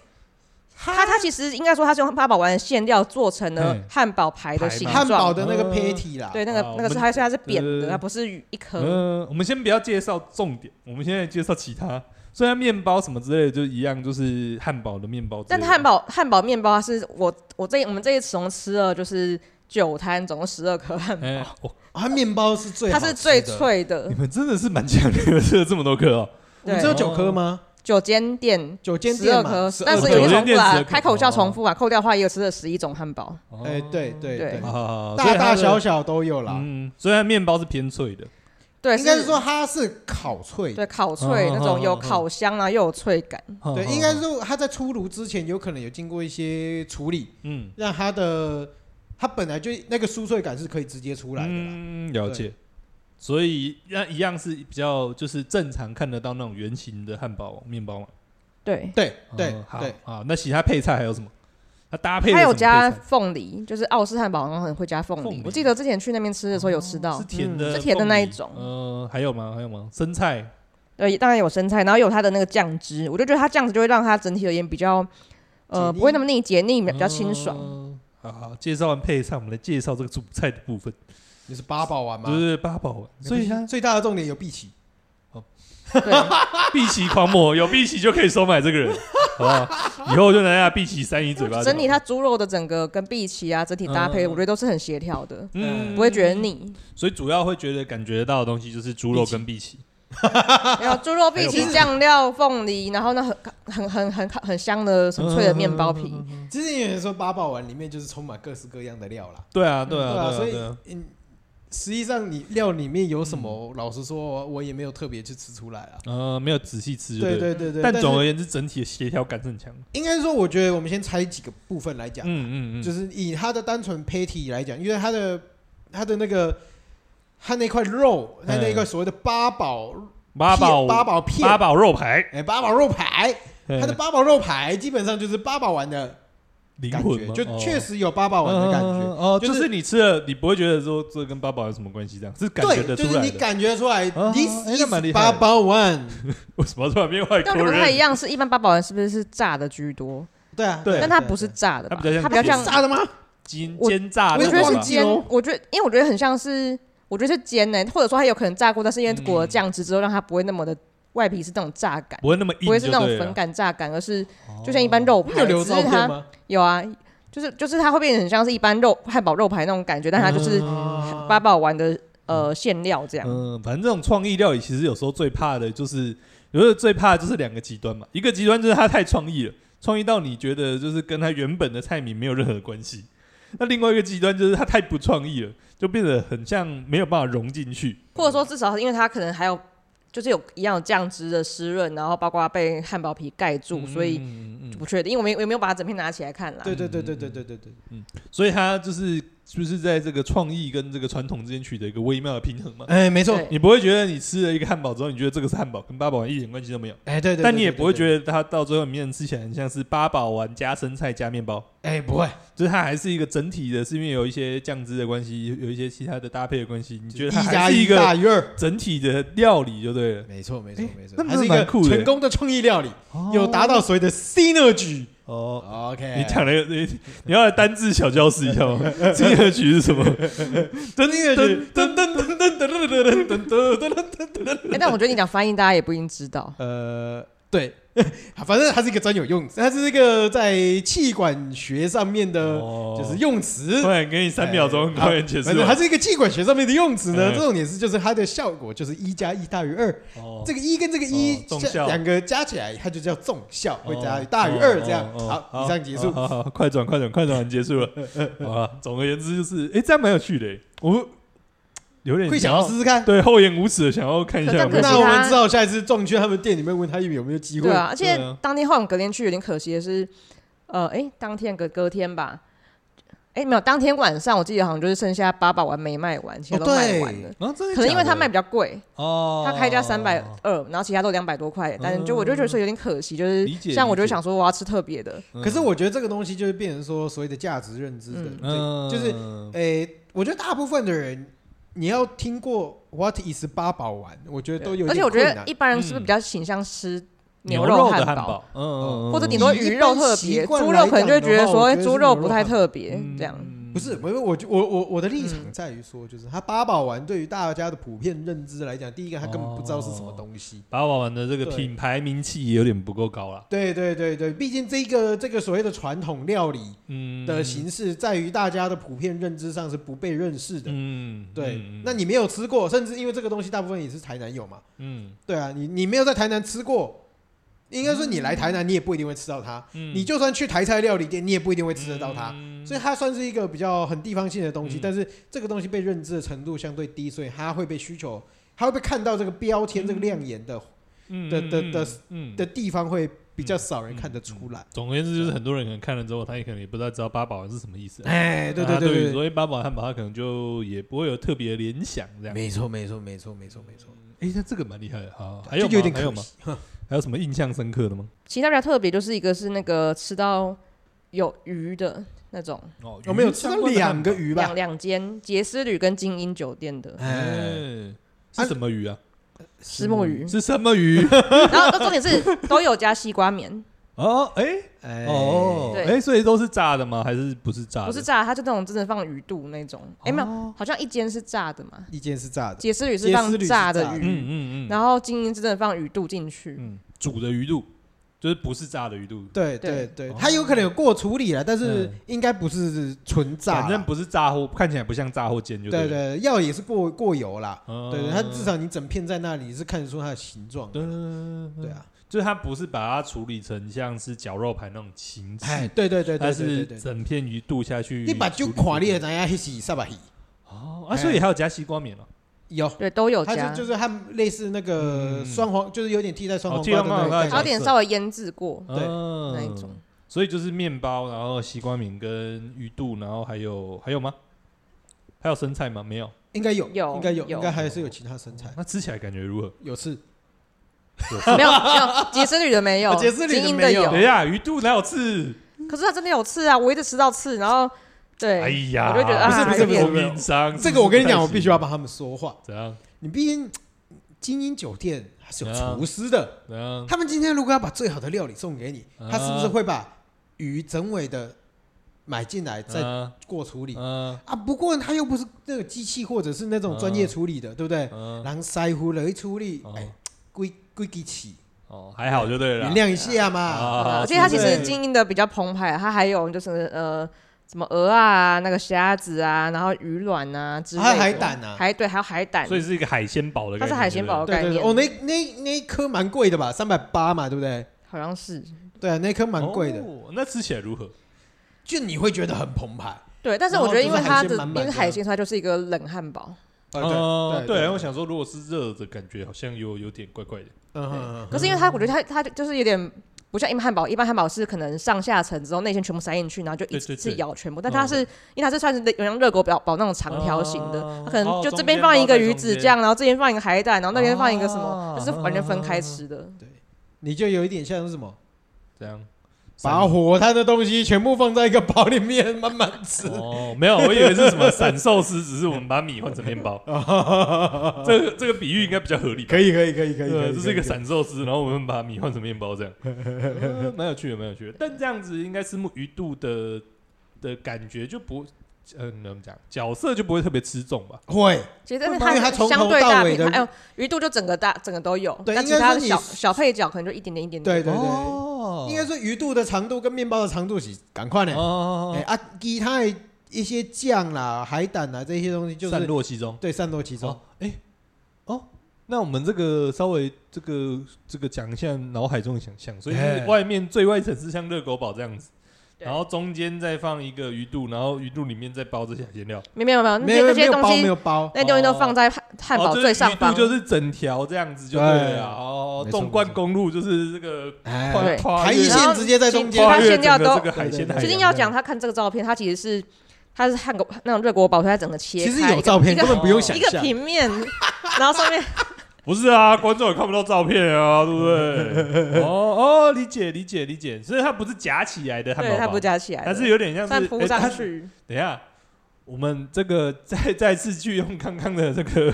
它它其实应该说它是用八宝丸的馅料做成了
嗯
汉堡排的形
汉堡哦
状。
的那个 patty 啦，
对，那个
啊
那个
我
是
们
它是它是扁的，
呃
它不是一颗。
嗯，我们先不要介绍重点，我们现在介绍其他。虽然面包什么之类的就一样，就是汉堡的面包之类
但
的，
汉堡汉堡面包它是我我这我们这一次总共吃了就是九摊，总共十二颗汉堡，
哎、哦
啊它面包是最
它
好吃
是
的
最。脆的
你。们真的是蛮强烈的， 吃了这么多颗哦。
我们只有
对，
九颗吗？
九间店
九间
十二
店
颗
嘛，，
但是
12
有
颗
一
间
重复
店12
啦，
颗哦
开口叫重复啊，扣掉的话也有吃了十一种汉堡。
哎，对对
对
对，
啊，所
大
以它
大
的
小小都有啦。
嗯，虽然面包是偏脆的，
对，
应该是说它是烤脆，
对烤脆
嗯
那种
嗯
有
嗯嗯
烤香啊，又有脆感。
嗯
对，应该是说它在出炉之前有可能有经过一些处理，
嗯，
让它的它本来就那个酥脆感是可以直接出来的啦。
嗯，了解。所以那一样是比较就是正常看得到那种圆形的汉堡面包嘛。
对，
对对
嗯好
对，
啊，那其他配菜还有什么？它搭配的
它有
什么
加
配菜
凤梨，就是澳式汉堡好像很会加凤
凤
梨
梨。
我记得之前去那边吃的时候有吃到
是，甜
嗯
的，
是甜的那一种
嗯，还有吗？还有吗？生菜哦
对，当然有生菜，然后有它的那个酱汁，我就觉得它酱汁就会让它整体而言比较呃
解腻
不会那么腻，解腻比较清爽。
嗯好好，介绍完配菜，我们来介绍这个主菜的部分，
你是八宝丸吗？
就是八宝丸。所以它
最大的重点有碧琪，嗯
对，
碧琪狂魔有碧琪就可以收买这个人，好不 好？以后就拿下碧琪扇你 嘴巴。
整体它猪肉的整个跟碧琪啊整体搭配，
嗯
我觉得都是很协调的，
嗯
不会觉得腻。
所以主要会觉得感觉到的东西就是猪肉跟碧琪。
然后猪肉碧
还有
琪
吗
酱料凤梨，然后那很很很很很香的很脆的面包
嗯
皮，
之前有人说八宝丸里面就是充满各式各样的料啦。
对啊，对
对
啊，对啊，
所以
对啊
嗯，实际上你料里面有什么，老实说，我也没有特别去吃出来啊。
呃，没有仔细吃就
对
对了。
对对对，
但
是
总而言之，整体的协调感是很强。
应该说，我觉得我们先拆几个部分来讲，
嗯嗯嗯，
就是以它的单纯 patty 来讲，因为它的它的那个它那块肉，它那
嗯
个所谓的八宝
八宝
片八宝片，
八宝肉排，
哎八宝肉排，
嗯
它的八宝肉排基本上就是八宝丸的
灵
感
魂
觉，
吗
就
哦
确实有八宝丸的感
嗯
觉，
哦，
就
就是是你吃了，你不会觉得说这跟八宝有什么关系，这样是感觉
对，
得
就
出
是
来
你
的。
感觉得出嗯来
啊哎那蛮
，this
厉
is
害
八
的
宝丸，
为什么突然变外
但
国
我不太一
人？
样，是一般八宝丸是不是是炸的居多？
对啊，
对
但它
它
不是炸的吧，
它比较像
它比较
是
像
炸的吗？啊
煎
我
煎炸
我
的
我
有
觉得
点
是
忘记
煎
咯，
我觉得因为我觉得很像是，我觉得是煎呢、或者说它有可能炸过，但是因为裹了
嗯
酱汁之后，让它不会那么的外皮是那种炸感，
不会那么硬，
不会是那种粉
感，
感炸感，而是
哦
就像一般肉
你
排，
有留
只
照
是
片
它
吗？
有啊，就是就是它会变得很像是一般肉汉堡肉排那种感觉，但它就是
啊
八宝丸的呃馅料这样。
嗯，反正这种创意料理，其实有时候最怕的就是，有时候最怕的就是两个极端嘛。一个极端就是它太创意了，创意到你觉得就是跟它原本的菜名没有任何关系；那另外一个极端就是它太不创意了，就变得很像没有办法融进去。
或者说至少因为它可能还有就是有一样有酱汁的湿润，然后包括被汉堡皮盖住，所以
嗯嗯
就
嗯
不确定，因为我们也也没有把它整片拿起来看啦。
对对对对对对对对，
所以它就是就是在这个创意跟这个传统之间取得一个微妙的平衡嘛。
哎，没错，
对
你不会觉得你吃了一个汉堡之后，你觉得这个是汉堡，跟八宝丸一点关系都没有，
哎对对，
但你也不会
得，
觉得它到最后面吃起来很像是八宝丸加生菜加面包。
哎不会，
就是它还是一个整体的，是因为有一些酱汁的关系，有一些其他的搭配的关系，你觉得它
一加
还是一
大
个
于二，
整体的料理就对了。
没错没错
哎
没错
那，
还是一
蛮
个
酷的
成功的创意料理，有达到所谓的 synergy。
哦，
OK，
你讲了一个，你你要来单字小教室一下吗？这个曲是什么？噔噔噔噔噔噔噔噔噔噔噔噔噔噔。
哎，但我觉得你讲翻译，大家也不一定知道。
呃，对， 反正它是一个专有用词，它是一个在气管学上面的，
哦
就是用词。
快点给你 三秒钟，
哎
快点解释
反正它
完。
是一个气管学上面的用词呢。
嗯
这种也是，就是它的效果就是一加一大于二，
哦
这个一跟这个一
哦纵
加
效
两个加起来，它就叫纵效，会加
哦
大于二这样。
哦哦
好，以上结
好
束。
好好好快转，快转，快转，结束了。好了，总而言之就是，哎，这样蛮有趣的欸，我有点
会想要试试看。
对，厚颜无耻的想要看一下有没
可
有
惜他
那我们只好下一次撞去他们店里面问他有没有机会
对。啊，而且
对啊
当天后来我们隔天去有点可惜的是，呃，哎、当天隔隔天吧，哎、没有，当天晚上我记得好像就是剩下八百丸没卖完，其他都
哦
卖
对
完了。
啊，真的
可能因为
假
它
的
卖比较贵，
哦，
它开价三百二，然后其他都两百多块，但是就我就觉得说有点可惜，就
嗯
是
理解
像我就
理
会
解
想说我要吃特别的，
嗯，
可是我觉得这个东西就是变成说所谓的价值认知的
嗯，
对
嗯，
就是诶、我觉得大部分的人，你要听过 What is 八宝丸，我觉得都有
而且
点
我觉
困
得
难
一。般人是不是比较倾向吃
嗯牛
肉
的
汉
堡，嗯嗯嗯，
或者顶多
以一
鱼肉
般
特
习
别，
惯
猪
来
肉可能就会
讲的
觉得
话
说，
我
哎，
觉得
猪
是
肉
牛
不
肉
太
汉
特别
嗯
这样。
不是，我我我我我的立场
嗯
在于说，就是他八宝丸对于大家的普遍认知来讲，第一个他根本不知道是什么东西。
八宝丸的这个
对
品牌名气也有点不够高啦。
对对对对，毕竟这个这个所谓的传统料理
嗯
的形式，在于大家的普遍认知上是不被认识的。
嗯，
对
嗯，
那你没有吃过，甚至因为这个东西大部分也是台南有嘛。
嗯
对啊，你你没有在台南吃过，应该说你来台南你也不一定会吃到它。
嗯
你就算去台菜料理店，你也不一定会吃得到它。
嗯
所以它算是一个比较很地方性的东西，
嗯
但是这个东西被认知的程度相对低，所以它会被需求，它会被看到这个标签、这个亮眼的
嗯
的的的
嗯
的地方会比较少人看得出来。
总而言之，就是很多人可能看了之后，他也可能也不太知道八宝丸是什么意思啊。
哎，对对
那他对
对
于
对
所谓八宝汉堡，他可能就也不会有特别联想这
对，
样。
没错没错没错没错没错，
哎，那这个蛮厉害的啊！还
就
有吗
有点
还有
可
吗？
惜。
还有什么印象深刻的吗？
其他比较特别就是一个是那个吃到有鱼的那种，
哦
我们有吃到两个，鱼吧
两？两间杰斯旅跟精英酒店的
哎，
哎，是什么鱼啊？
石 墨鱼，
是什么 鱼？
然后重点是都有加西瓜棉，
哦，哎，
哎
哦，
对
哎，所以都是炸的吗？还是不是炸的？哦
不是炸，它就那种真的放鱼肚那种。哎，没有，好像一间是炸的嘛，
一间是炸的，
杰斯旅
哦杰
是
斯
放
旅是炸
炸的
的
鱼，
嗯嗯嗯，
然后精英是真的放鱼肚进去。
嗯煮的鱼肚，就是不是炸的鱼肚，
对对
对
对，
哦
它有可能有过处理了，但是
嗯
应该不是纯炸啦，
反正不是炸或看起来不像炸或煎就
对
对了。
对，药也是过过油啦。
嗯
对对，它至少你整片在那里是看得出它的形状的。
对对对对
对啊，
就是它不是把它处理成像是绞肉排那种形式，
哎，对对对
它
对对
是
对对对，
整片鱼肚下去处理。
你把就垮裂，咱要一起萨巴鱼
哦啊，所以还有加西瓜面了。
有，
对，都有
它
加，
就就是它类似那个
嗯
双黄，就是有点替代双
哦
黄
替
瓜
代
的那个
双黄瓜
概
的
然后有
念。
点稍微腌制过
对
那
那一种。
哦所以就是面包，然后西瓜面跟鱼肚，然后还有还有吗？还有生菜吗？没有。
应该有，
有
应该有，
有
应该还是有其他身材。
那吃起来感觉如何？
有刺，
没有没 有，杰斯旅的没有
哦，杰斯旅的
精英
没有
有
等一，下，哎鱼肚哪有刺？
可是他真的有刺啊，我一直吃到刺，然后
哎
对，
呀，
我就觉得啊
不是不是不是
有硬伤。
这个我跟你讲，我
是
必须要帮他们说话。
怎样
你毕竟精英酒店它是有
啊
厨师的，
怎样？
他们今天如果要把最好的料理送给你，
啊
他是不是会把鱼整尾的买进来再
嗯
过处理？
嗯
啊，不过他又不是那个机器或者是那种专业处理的，对不对？
嗯，
狼塞乎了，一处理
哦，
哎，归归机器，
哦，还好就对了
原
啦。
谅一下嘛。
啊，
呃而且它其
对
实精英的比较澎湃，它还有就是呃什么鹅啊、那个虾子啊，然后鱼卵啊之类
还有
的，
海胆啊，
海对，还有海胆
所，以是一个海鲜堡的概念，
它是海鲜堡的
对
概
对对，
念，
哦，那那那一颗蛮贵的吧，三百八嘛，对不对？
好像是
对啊，那一颗
对不对，
蛮贵的，
哦那吃起来如何？
就你会觉得很澎湃。啊
对，但是我
然后
觉得因
就
为
是
它
海鲜
的
满
因
满
为
的
海鲜，它就是一个冷汉堡，
哦，
嗯对，我，想说，如果是热的感觉，好像有有点怪怪的。
嗯
对
哼嗯哼
可是因为它我觉得它它就是有点。不像一般汉堡，一般汉堡是可能上下层之后内馅全部塞进去，然后就
对
一
对
次
对
咬全部。
嗯
但它是，因为它是算是有像热狗堡堡那种长条形的，
哦
它可能就
哦
这边放一个鱼子
中间包在中间
酱，然后这边放一个海胆，然后那边放一个什
哦
么，就是完全分开吃的。
你就有一点像是什么，
这样，
把火炭的东西全部放在一个包里面慢慢吃。
哦，没有，我以为是什么散寿司，只是我们把米换成 面包。这个这个比喻应该比较合理吧。
哦可以可以可以啊可以，可
对，
以
这是一
可
个，
以
散寿司，然后我们把米换成面包，这样呃蛮有趣的，蛮有趣的。但这样子应该是木鱼肚的的感觉就不，嗯，怎么讲？角色就不会特别吃重吧？
会
其实，但是
会吗因为它从
相
头
对
到
大
尾
饼，
的
还有鱼肚就整个大整个都有，
对
但
应
其他
该
的
说你
小小配角可能就一点点一点
对
点。
对对。
哦
应该说鱼肚的长度跟面包的长度是赶快呢。哎、
哦，
啊，其他的一些酱啦、海胆啦这些东西，就
散
是
落其中。
对散落其中。
哦，哎，哦，那我们这个稍微这个这个讲一下脑海中的想象，所以就是
哎
外面最外层是像热狗堡这样子，
对
然后中间再放一个鱼肚，然后鱼肚里面再包这些海鲜料。
没有没有
没
没有，
有
那
没
些
有
那些
包
东
没
西
有包，
那些东西都放在汉汉堡
哦就是
最上
鱼肚
方，
就是整条这样子就对
对
了啊。哦，
没错
纵贯公路就是这个
哎
跨
对
跨
海
越
鲜直接在中
其他
跨
间。
对
越
馅料
整个
都
这个海鲜
对对对
海
其实
洋
要讲，他看这个照片，他其实是他是汉堡那种热狗堡，所以他整个切开，
其实有照片
一个
根本不用想
一个
象。
平面，然后上面
不是啊，观众也看不到照片啊，对不 对？哦哦，理解理解理解，所以它不是夹起来的汉堡包，
对它不夹起来的，
它是有点像
但
是
铺
诶它
上去，
等一下，我们这个 再再次去用刚刚的这个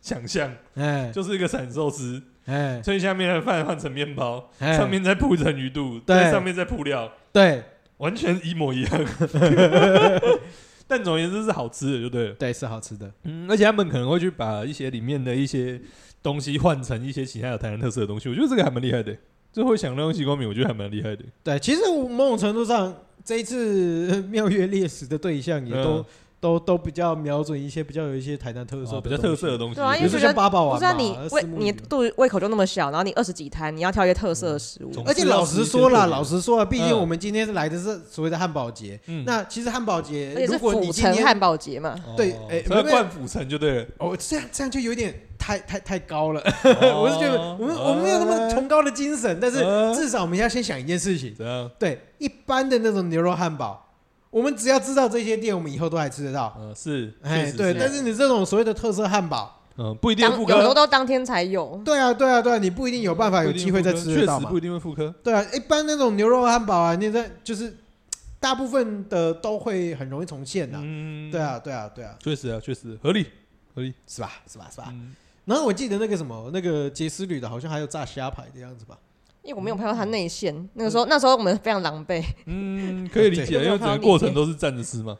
想象，
哎，
就是一个散寿司，
哎
最下面的饭换成面包，
哎
上面再铺成鱼肚，
对
在上面再铺料，
对
完全一模一样。 但总而言之是好吃的，就对了。
对是好吃的，
嗯，而且他们可能会去把一些里面的一些东西换成一些其他有台湾特色的东西，我觉得这个还蛮厉害的。就会想到用西瓜米，我觉得还蛮厉害的。
对，其实我某种程度上这一次 呃妙月猎食的对象也都、
嗯
都都比较瞄准一些比较有一些台南特色、
哦比较特色的，东西，
对啊
比如
因为
说
觉
像
得
八宝
不
丸
是
嘛，
啊，你胃
虱目鱼
你肚胃口就那么小，然后你二十几摊，你要挑一些特色的食物
总，
而且老实说啦，老实说啊，毕竟
嗯
我们今天来的是所谓的汉堡节。
嗯，
那其实汉堡节
而且，
如
是
果
府
你今
城
天
汉堡节嘛，
对
哦
哎
所以
没有
灌府城就对了。
哦，这样这样就有点太太太高了。
我
我是觉得我们我们没有那么崇高的精神，但是
哦
至少我们要先想一件事情，
怎样？
对一般的那种牛肉汉堡，我们只要知道这些店，我们以后都还吃得到。
嗯，是，确
哎，
实
对，但是你这种所谓的特色汉堡，
嗯，不一定
当
会复
有时候
刻，
都当天才有。
对啊，对啊，对啊，你不一定有办法
不
有
一定
机会再
复刻
吃
确
得到
实
嘛
不。一定会复刻。
啊对啊，一般那种牛肉汉堡啊，你在就是大部分的都会很容易重现的、
嗯
对，啊，对啊，对啊，
确实啊，确实合理合理。
是吧？是吧？是吧？
嗯
然后我记得那个什么，那个杰斯旅的，好像还有炸虾排的样子吧？
因为我没有拍到他内线，那个时候那时候我们非常狼狈，
嗯，可以理解，
对
因为整个过程都是站着吃嘛，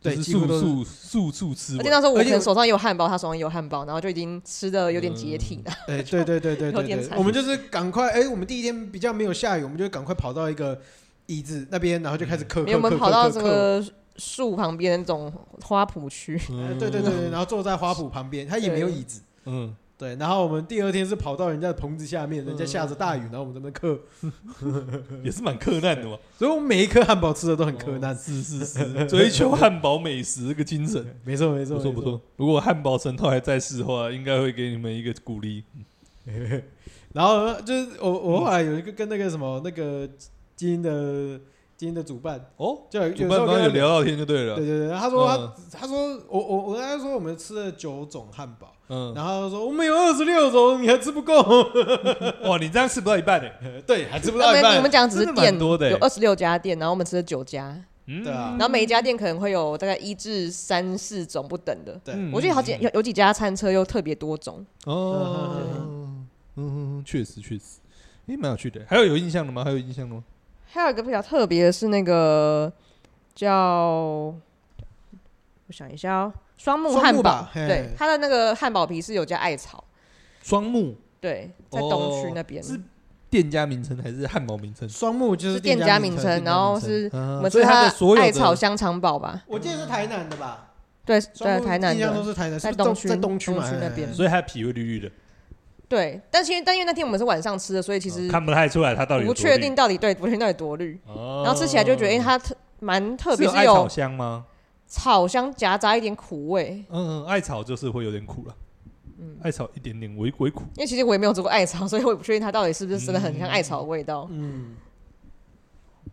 对
就是
几乎
速
都是
速速速吃
而
完。
且那时候我
而
可
且
能手上也有汉堡，他手上也有汉堡，然后就已经吃的有点解体了。
哎， 对对对对
有
对
点
对，
惨
我们就是赶快，哎，我们第一天比较没有下雨，我们就赶快跑到一个椅子那边，然后就开始刻刻
没有，我
刻
们
刻
跑到
刻
这
刻。
个树旁边那种花圃区，
哎
嗯
对对对，对，然后坐在花圃旁边，他也没有椅子。
嗯，
对，然后我们第二天是跑到人家的棚子下面，人家下着大雨，然后我们在那边刻，
也是蛮克难的嘛，
所以我们每一颗汉堡吃的都很柯南。
是是是，追求汉堡美食这个精神，
没错没错，
不错不
没错。
错。如果汉堡神套还在世的话，应该会给你们一个鼓励。
然后就是我我后来有一个跟那个什么那个基因的基因的主办，
哦，
就有有时
主
候
办
跟
方
他
有聊到天就对了
对。对对，他说他、
嗯
他说我我我跟他说我们吃了九种汉堡，
嗯，
然后他说我们有二十六种，你还吃不够，
哇，你这样吃不到一半呢。
对，还吃不
那
到一
们你
半
们。讲只是
真的蛮
店
多的欸
有二十六家店，然后我们吃了九家，
嗯
对啊
然后每一家店可能会有大概一至三四种不等的。
对啊
嗯
我记得好几有有几家餐车又特别多种，
哦，嗯，确实确实，诶，蛮有趣的。还有有印象的吗？还有印象的吗？
还有一个比较特别的是那个叫，我想一下哦，双木
双
汉
木
堡
吧，嘿
对，它的那个汉堡皮是有加艾草，
双木
对，在东区那边、
是店家名称还是汉堡名称？
双木就是是
店
家
家名
称，
称，然后是我
我嗯所
们吃
以它的所有
艾
的
草香肠堡吧，
我记得是台南的吧？
对
双
对，
木
台南
印象都
的，
是台南，是
在
不是
东
在
区
在东区嘛
东区那
哎哎
边
所以它的皮会绿绿的，
对，但是因为但因为那天我们是晚上吃的，所以其实
看不太出来它到底有
不
多绿
确定。到底对不确定到底多绿，
然
然后吃起来就觉得哎、它特蛮特别，
艾
是
草
有
香吗？
草香夹杂一点苦味。
嗯，艾草就是会有点苦了，
嗯，
艾草一点点微微苦。
因为其实我也没有吃过艾草，所以我也不确定它到底是不是真的很像艾草的味道。
嗯，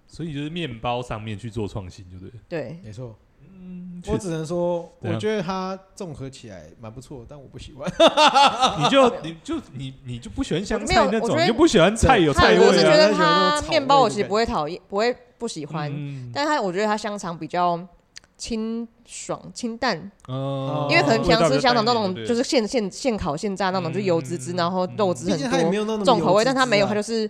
所以就是面包上面去做创新，就对了。
对，
没错。
嗯，
我
确
只
实，啊
能说，
怎
我
样
觉得它综合起来蛮不错，但我不喜欢。啊
你就你就你你就不喜欢香
我没有
菜那
我觉
种，
得
你就不喜欢菜有菜
它
太
我
味
是
味
觉
啊。
它
得
喜欢那
它
种草
面包我
味的
其实
感
不会讨厌，不会不喜欢，
嗯
但是它我觉得它香肠比较清爽清淡，
哦
因为可能平常吃香肠那种
味道比较淡一点
就是现现现烤现炸那种，就油滋滋，
嗯
然后肉汁
毕
很
竟它也没
多，
有那啊种
重口味，但它
啊
没有，它
就
就是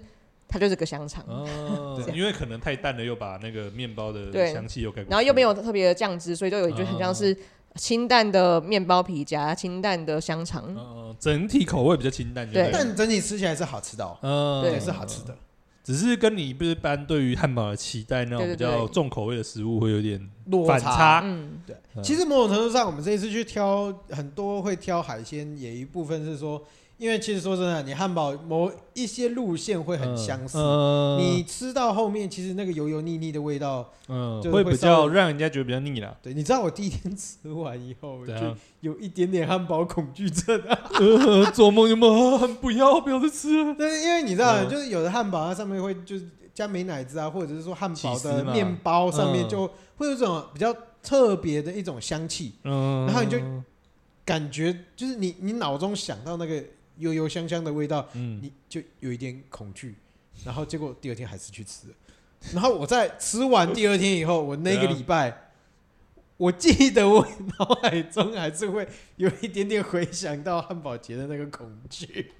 它就是个香肠，
哦
这，样
因为可能太淡了，又把那个面包的
对
香气又盖过去，
然后又没有特别的酱汁，所以就有就很
哦
像是清淡的面包皮夹清淡的香
哦
肠，
呃，整体口味比较清淡就
对
了，
但整体吃起来是好吃的哦，
嗯，
对
也是好吃的。
只是跟你一般对于汉堡的期待那种
对
比
对对
较重口味的食物会有点
落
反差。
嗯，
对
嗯，
其实某种程度上，我们这一次去挑很多会挑海鲜，也一部分是说，因为其实说真的，你汉堡某一些路线会很相似，
嗯
你吃到后面，其实那个油油腻腻的味道，
嗯
就
会
会
比
稍
较
微
让人家觉得比较腻啦。
对，你知道我第一天 吃完以后，我
对
就
啊，
有一点点汉堡恐惧症 啊，
呃做梦就梦，啊不要不要再吃了。
但是因为你知道，
嗯
就是有的汉堡它上面会就是加美乃滋啊，或者是说汉堡
起司
的
嘛
面包上面
嗯
就会有一种比较特别的一种香气，
嗯，
然后你就感觉就是你你脑中想到那个油油香香的味道。
嗯，
你就有一点恐惧，然后结果第二天还是去吃了，然后我在吃完第二天以后，我那个礼拜我记得我脑海中还是会有一点点回想到汉堡节的那个恐惧。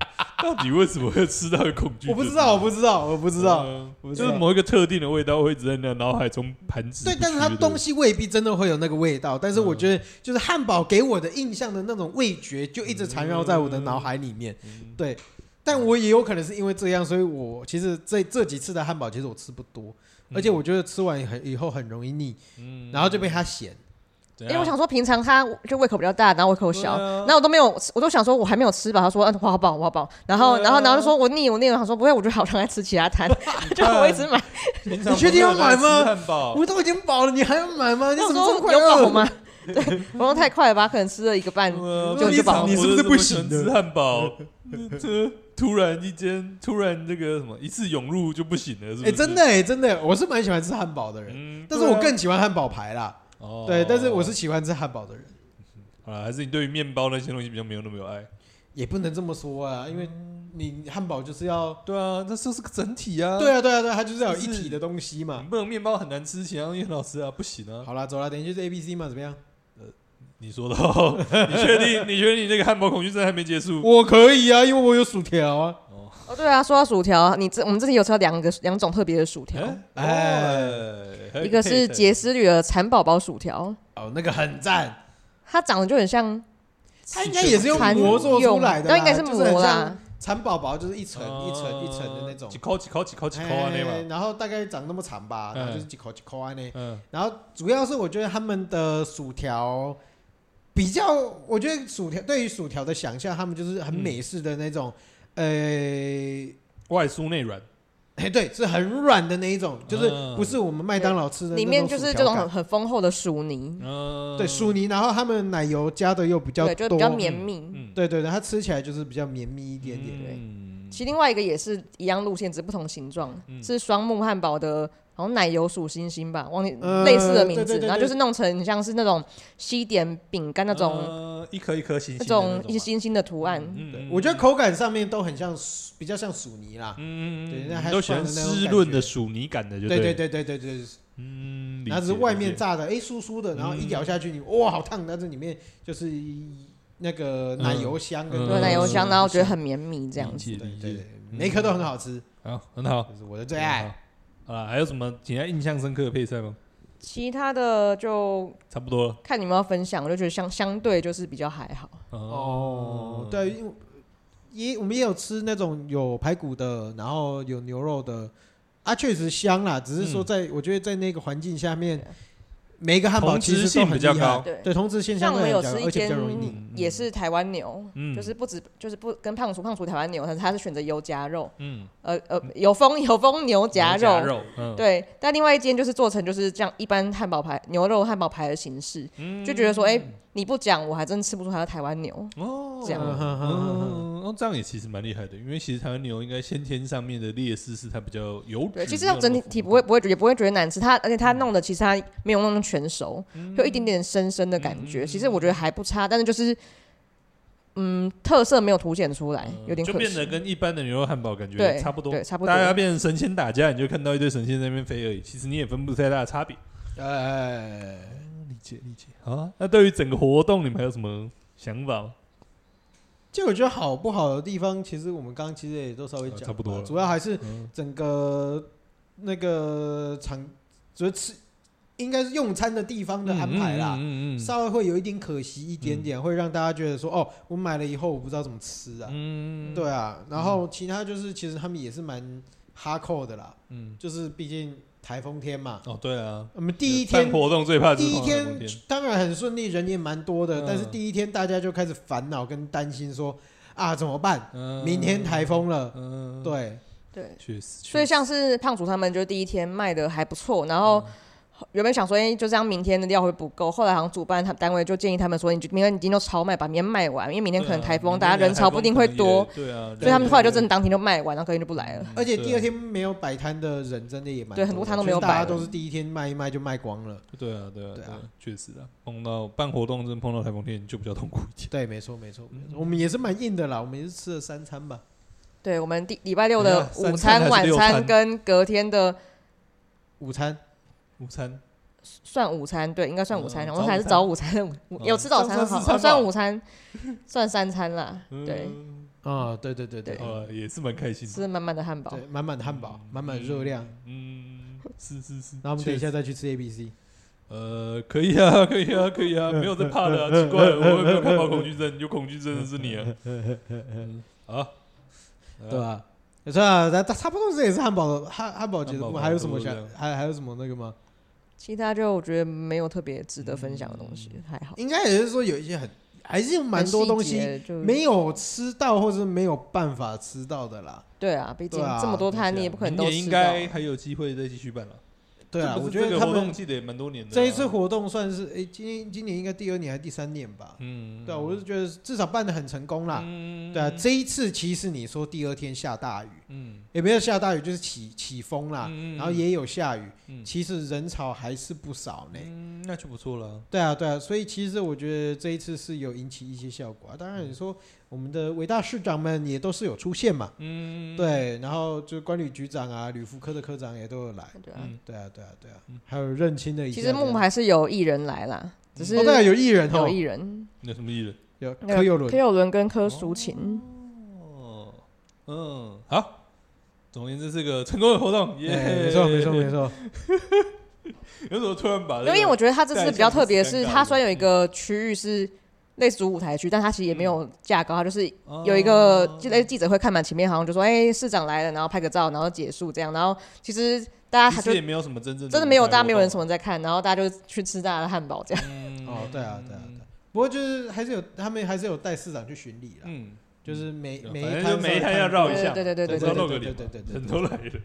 到底为什么会吃到恐惧？
我不知道，我不知道，我不知道，
嗯
我不知
就是
道。
某一个特定的味道会一直在你的脑海中盘子。
对，但是它东西未必真的会有那个味道，但是我觉得就是汉堡给我的印象的那种味觉，就一直缠绕在我的脑海里面。
嗯
对，但我也有可能是因为这样，所以我其实这这几次的汉堡其实我吃不多，而且我觉得吃完以后以后很容易腻，
嗯啊
然后就被它咸。
怎
因
样
啊
哎为我想说，平常他就胃口比较大，然后胃口小，
对啊
然后我都没有，我都想说我还没有吃吧。他说，嗯，我好饱，我好饱。然后，
对啊
然后，然后就说我腻，我腻了。他说不会，我就好想来吃其他摊，就
啊
我一直买。
平常
你确定要买吗
不会来吃汉堡，
我都已经饱了，你还要买 吗？你
那
怎么
我
这
说
么快
有饱
饿？啊
吗？ 对，我说太快了吧，可能吃了一个半
嗯
就
你
就饱
你
了。
是不是不行
平常不是那么喜欢吃汉堡？这这突然一间，突然这个什么一次涌入就不行了，是不是？
哎，真的哎，真的，我是蛮喜欢吃汉堡的人，
嗯，
但是我
对啊
更喜欢汉堡排啦。
哦
对，但是我是喜欢吃汉堡的人，
好啊了，还是你对于面包那些东西比较没有那么有爱。
也不能这么说啊，因为你汉堡就是要。
对啊，那这是个整体啊。
对啊，对啊，对啊，它就是要有
就
一
是
体的东西嘛
你。不能面包很难吃，其他东西很好吃啊，不行啊。
好啦，走啦，等一下就是 A B C 嘛，怎么样？
你说的哦， 你确定？你确定你那个汉堡恐惧症还没结束？
我可以啊，因为我有薯条啊。
哦，
哦，对啊，说到薯条，你这我们这里有吃到两个两种特别的薯条，
哦
哎
一个是杰斯旅的蚕宝宝薯条，
哦，那个很赞，
它长得就很像
它应该也是用
蚕
膜做出
蛹
来的啦，
那应该是
就是很
膜啦
像。蚕宝宝，就是一层一层一层的那种
哦几，口几口几口几口啊那
哎
嘛。
然后大概长那么长吧，
嗯
然后就是几口几口啊那。
嗯，
然后主要是我觉得他们的薯条比较，我觉得薯条对于薯条的想象，他们就是
嗯
很美式的那种，呃。
外酥内软，
哎，对，是很软的那一种，就是
嗯
不是我们麦当劳吃的那
里面
种
就是
薯
这
条
种
感
很很丰厚的薯泥，
嗯，
对薯泥，然后他们奶油加的又比较
对，就
多，
比较绵密。
嗯，
对对对，它吃起来就是比较绵密一点点。
点
其另外一个也是一样路线，只是不同形状，
嗯
是双木汉堡的，好像奶油薯星星吧，忘记
呃
类似的名
对对
字，
对对
然后就是弄成很像是那种西点饼干那
呃
种
种嗯一颗一颗星星
那
的
种
啊嗯
一些星星的图案。
对，我觉得口感上面都很像薯，比较像薯泥啦。
嗯，
对
嗯
那
嗯
还
都喜欢
放的那种
湿
感
润
觉
的薯泥感的，就
对
对
对，对对对对，
嗯，理
然后只
解
是外面
理解
炸的，哎，酥酥的，然后一咬下去你哇好烫，但是里面就是那个奶油香跟
嗯
对，奶油香，
嗯
然后觉得很绵密这样
理
子。
解
对
理
对
解
对，，每一颗都很好吃，
好，很好，
这是我的最爱。
好。啊，还有什么其他印象深刻的配菜吗？
其他的就
差不多了。
看你们要分享，我就觉得相相对就是比较还好。
哦，对，因为也我们也有吃那种有排骨的，然后有牛肉的，啊，确实香啦。只是说在，我觉得在那个环境下面
对，
每一个汉堡
同
其实
质
都
性
很
比较
厉害
高
对
对，同质性
像
相
我
对
们有
来讲
吃一
而且比
间
较容易腻。
嗯
也是台湾牛，
嗯
就是不止就是不跟胖厨胖厨台湾牛，但是它是选择油夹肉，
嗯，
呃呃有风有风牛夹
夹
肉。
肉，嗯，
对，但另外一间就是做成就是这样一般汉堡排牛肉汉堡排的形式，
嗯
就觉得说，哎、你不讲我还真吃不出它是台湾牛。
哦，
这样
嗯
嗯哼哼哼哼
嗯，哦，这样也其实蛮厉害的，因为其实台湾牛应该先天上面的劣势是它比较油
对，
脂，
其实
没有
它
那
整
么嗯丰
体体不
富
会，不会觉得不会觉得难吃，它而且它弄的其实它没有弄得全熟，
嗯
就一点点生生的感觉。其实我觉得还不差，但是就是嗯特色没有凸显出来，有点
嗯就
可
变得
惜。
跟一般的牛肉汉堡感觉
对
差不多，
对差不
大
多
家变成神仙打架，你就看到一堆神仙在那边飞而已，其实你也分不出太大的差别。
哎，
理解理解，好啊。那对于整个活动，你们还有什么想法吗？
就我觉得好不好的地方，其实我们刚刚其实也都稍微
呃
讲了，
差不多了
主要还是
嗯
整个那个场，主要吃应该是用餐的地方的安排啦。
嗯嗯嗯
稍微会有一点可惜一点点，会让大家觉得说，哦，我买了以后我不知道怎么吃啊。
嗯，嗯
对啊，然后其他就是其实他们也是蛮哈扣的啦，
嗯，
就是毕竟台风天嘛，
哦对啊，
我们第一
办
天。
活动最怕就是
第一
放台风
天当然很顺利，人也蛮多的，
嗯
但是第一天大家就开始烦恼跟担心说啊怎么办？
嗯
明天台风了，
嗯，
对，
对，
确实，
所
确实
以像是胖厨他们就第一天卖的还不错，然
嗯
后。原本想说，哎、就这样，明天的料会不够。后来好像主办他单位就建议他们说，你就明天你今天都超卖，把明天卖完，因为明天可能
对啊
台风，
明
大家
天
人潮不一定会
台风
多，
可能也对啊，
所以他们
人
后来就
也
真的当天就卖完，然后隔天就不来了。
而且第二
对啊
天没有摆摊的人真的也蛮
对很多摊都没有
就是大家
摆了
都是第一天卖一卖就卖光了。
对啊对啊
对啊
对啊，确实啊，碰到办活动真碰到台风天就比较痛苦一点。
对，没错没错，没错我们也是蛮硬的啦，我们也是吃了三餐吧。
对我们第礼拜六
等一 下三
的午
餐还
餐、
是
晚
六餐
餐跟隔天的
午餐
午餐
算午餐，对，应该算午餐。
嗯
然后还是早午餐，午 有吃早餐
算
好，
是餐吧
哦算午餐，算三 餐啦。对，
嗯
啊，对对对对
对
呃，也是蛮开心的。
吃满满的汉堡
对，，满满的汉堡，满满的热量。
嗯，是是是。
然后我们等一
确
下
实，
再去吃 A B C。
呃，可以啊，可以啊，可以啊，没有在怕的啊，奇怪了，我有没有感冒恐惧症？有恐惧症的是你啊。嗯好，
对吧？也是啊，咱差不多这也是汉堡的汉汉堡节
汉
目，
堡
还有什么
差不
想
多
还还有什么那个吗？
其他就我觉得没有特别值得分享的东西，
嗯
还好。
应该也是说有一些很还是有蛮多东
很
西
细节就
没有吃到或者是没有办法吃到的啦。
对啊，毕竟
对啊
这么多摊
对啊
你也不可能
明
都
年
吃
应
到啊。
该还有机会再继续办了。
对啊，
这不
我
是
觉
这
得
个
他
活动
们
记得也蛮多年的啊。
这一次活动算是诶，今年今年应该第二年还是第三年吧？
嗯，嗯，
对啊，我是觉得至少办的很成功啦。
嗯
对啊，这一次其实你说第二天下大雨，
嗯
也没有下大雨，就是起起风啦，
嗯
啊然后也有下雨，
嗯
其实人潮还是不少呢。
嗯，那就不错了。
对啊，对啊，所以其实我觉得这一次是有引起一些效果啊。当然，你说我们的伟大市长们也都是有出现嘛，
嗯，
对，然后就关旅局长啊、旅服科的科长也都有来，
对啊，
嗯，
对啊，对啊，对啊，还有认亲的一下
其
这
实
样，嗯
木还是有艺人来啦，只是
哦，对啊，有艺人
有
哦
艺，人，
那什么艺人？
有
那个
柯有
柯
伦，
有伦跟柯淑琴，
哦，嗯，好。总而言之，是个成功的活动，耶、
哎没错，没错，没。错，
有什么突然把、这
因
个
为我觉得他这次比较特别，
带一
是
下
他虽然有一个区域是类似主舞台区，但他其实也没有架高，他就是
嗯哦
有一个就哎类似记者会看板前面，好像就说哎、市长来了，然后拍个照，然后结束这样，然后其实大家
其
就
实也没有什么真正
真的没有，
舞台
大家没有人
活
什么在看，然后大家就去吃大家的汉堡这样。
动 嗯
哦，对啊，对啊，对啊。不过就是还是有他们还是有带市长去巡礼啦，
嗯，
就是每
反
每
正
一
就
摊
每一摊
摊
要绕一下，
对对对对对
总是要露
对
个脸，
对对对对
人都来了，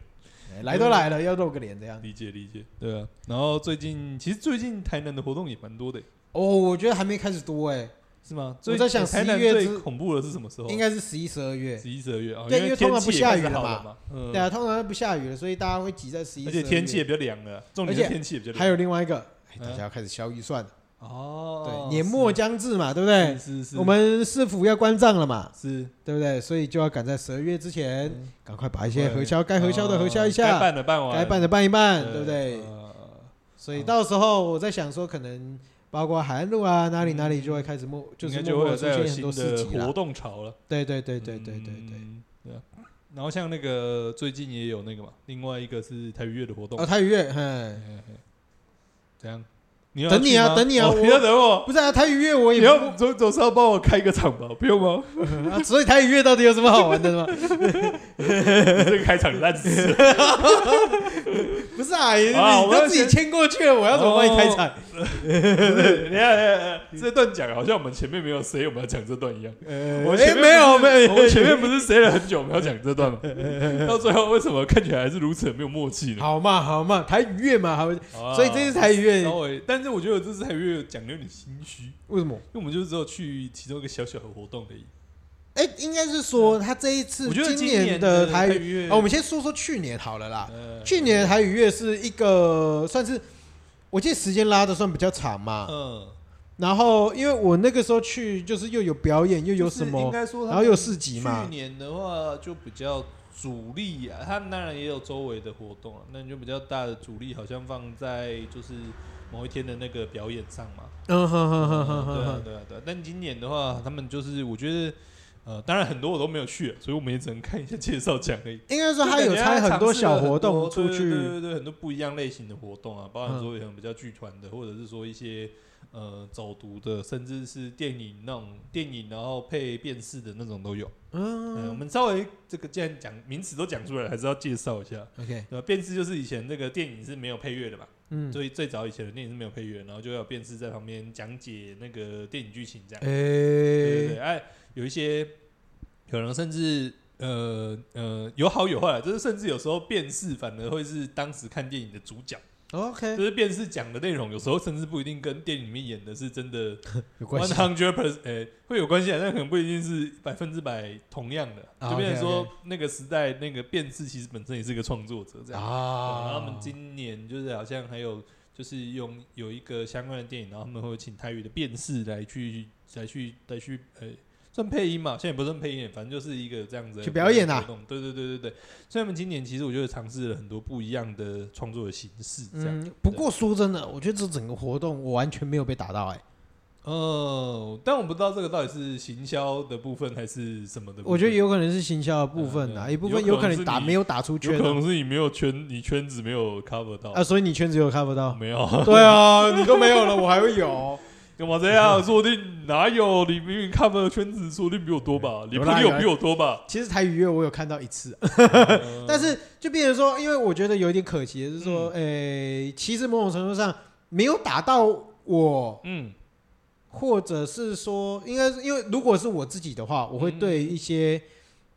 哎来都来了，要露个脸这样。
理解理解，对啊。然后最近其实最近台南的活动也蛮多的，
哦，我觉得还没开始多哎，
是吗？
我
最哎
在想
台南
11月
最
之
恐怖的是什么时候？啊
应该是十一、十二月。
十一、十二月啊，
对因
为
为
天
通常
气
不
也
下
开
雨
始
了
好
嘛
了嘛，嗯
对啊，通常不下雨了，所以大家会挤在十一。
而且天气也比较凉了，重
而
点是
且
天气也比较
还
凉。
有另外一个，哎
嗯
大家要开始消预算了。
哦
对，，年末将至嘛，对不
是
对？
是是，
我们市府要关账了嘛，
是
对不对？所以就要赶在十二月之前
嗯，哦
赶快把一些核销该核销的核销一
该
下，
办的办完，
该办的办一办，对不对？
呃
所以到时候我在想说，可能包括海岸路啊，哪里哪里就会开始默，就
嗯应
是
该
默
就会
默地出
有再有
现很
新
多事
的
情
活
啦。
动潮了。
对对对对对对对。
嗯对啊。然后像那个最近也有那个嘛，另外一个是台语乐的活动
哦，，台语乐，嗯，
怎样？你要
等你啊
去吗
等你啊
哦
我
不要等我，
不是啊，台语乐我也不
你要总总是要帮我开个场吧？不用吗？
啊，所以台语乐到底有什么好玩的 吗？
你这个开场烂死了。
不是啊，你你
啊我们要哦
都自己签过去了，我要怎么帮你开场？
不是你看，等一下 这段讲好像我们前面没有谁，我们要讲这段一样。
呃
我们
哎
前面不是
没有没
我们
有，
前面不是谁了很久，我们要讲这段 吗？到最后为什么看起来还是如此的没有默契呢？
好嘛好嘛，台语乐嘛，好，
啊
所以这是台语
稍
乐，
微，但是我觉得这次台乐讲的有点心虚，因
为什么？
为我们就只有去其中一个小小的活动而已。
哎，应该是说他这一次
啊我觉得今
年
的
台语，
乐，
啊，我们先说说去年好了啦。
呃
去年的台语乐是一个算是，我记得时间拉的算比较长嘛。
嗯，
然后因为我那个时候去，就是又有表演，又有
就是
什
应
么，
该说他
然
们
后又有市集嘛
去。年的话就比较主力啊，他们当然也有周围的活动啊，那你就比较大的主力好像放在就是某一天的那个表演上嘛。
嗯哼哼
对
哼哼哼
啊
哼，
对啊对啊，但今年的话，他们就是我觉得。呃，当然很多我都没有去，所以我们也只能看一下介绍讲而已。
应该说他有拆很多小活动出
对对
去。
对对，很多不一样类型的活动啊，包含
嗯
说有比较剧团的，或者是说一些呃走读的，甚至是电影那种电影，然后配电视的那种都有。嗯，我
嗯
们稍微这个既然讲名词都讲出来了，还是要介绍一下。
，OK，
对吧？电视就是以前那个电影是没有配乐的嘛，
嗯，
所以最早以前的电影是没有配乐，然后就要有电视在旁边讲解那个电影剧情
哎
这样。对对
诶，
对，哎、有一些可能甚至呃呃有好有坏，就是甚至有时候辨识反而会是当时看电影的主角，就
OK，
是辨识讲的内容有时候甚至不一定跟电影里面演的是真的
有关
one
系。啊
hundred percent 呃会有关系啊，但可能不一定是百分之百同样的，
啊
就变成说
OK，OK
那个时代那个辨识其实本身也是个创作者这样。
啊
对然后他们今年就是好像还有就是用有一个相关的电影，然后他们会请台语的辨识来去来去来去呃算配音嘛，现在也不算配音，反正就是一个这样子的
去表演啊
活动。对对对对对，所以他们今年其实我觉得尝试了很多不一样的创作的形式，这样。
嗯，不过说真的，我觉得这整个活动我完全没有被打到哎、
哦，但我不知道这个到底是行销的部分还是什么的部分。
我觉得有可能是行销的部分啊，
嗯嗯
一部分
有
有
可能
可
是
能打
你
没有打出
有
圈
可
啊
能是你没有圈，你圈子没有 cover 到。
啊，所以你圈子有 cover 到。
没有，
对啊，你都没有了，我还会有。
干嘛这 样？说不定哪有？你明明 cover 的圈子，说不定比我多吧？你
有
朋
啦
友
有啦
比我多吧？
其实台语乐我有看到一次，
嗯
但是就变成说，因为我觉得有一点可惜，就是说，诶、其实某种程度上没有打到我，
嗯
或者是说，应该是因为如果是我自己的话，我会
嗯
对一些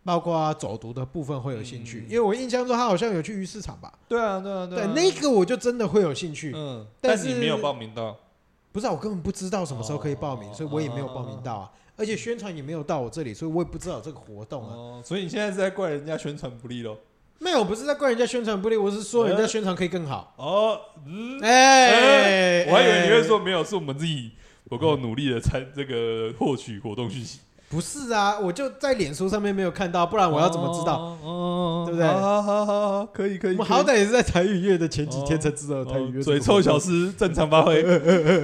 包括走读的部分会有兴趣，
嗯嗯嗯
因为我印象中他好像有去鱼市场吧，
对啊，对啊，
对
啊，
那个我就真的会有兴趣。
嗯，
但
但是你
是
没有报名到，
不是、啊，我根本不知道什么时候可以报名，
哦
所以我也没有报名到啊，而且宣传也没有到我这里，所以我也不知道有这个活动啊。
哦，所以你现在是在怪人家宣传不力咯。
没有，我不是在怪人家宣传不力，我是说人家宣传可以更好。
哦，嗯，
哎、
我还以为你会说没有，是我们自己不够努力的参这个获取活动讯息，
不是啊，我就在脸书上面没有看到，不然我要怎么知道？
哦？哦，
对不对
好好好好好，可以可以，
我们
可以
好歹也是在台语乐的前几天才知道有台
哦
语乐、
嘴臭小。师正常 发挥。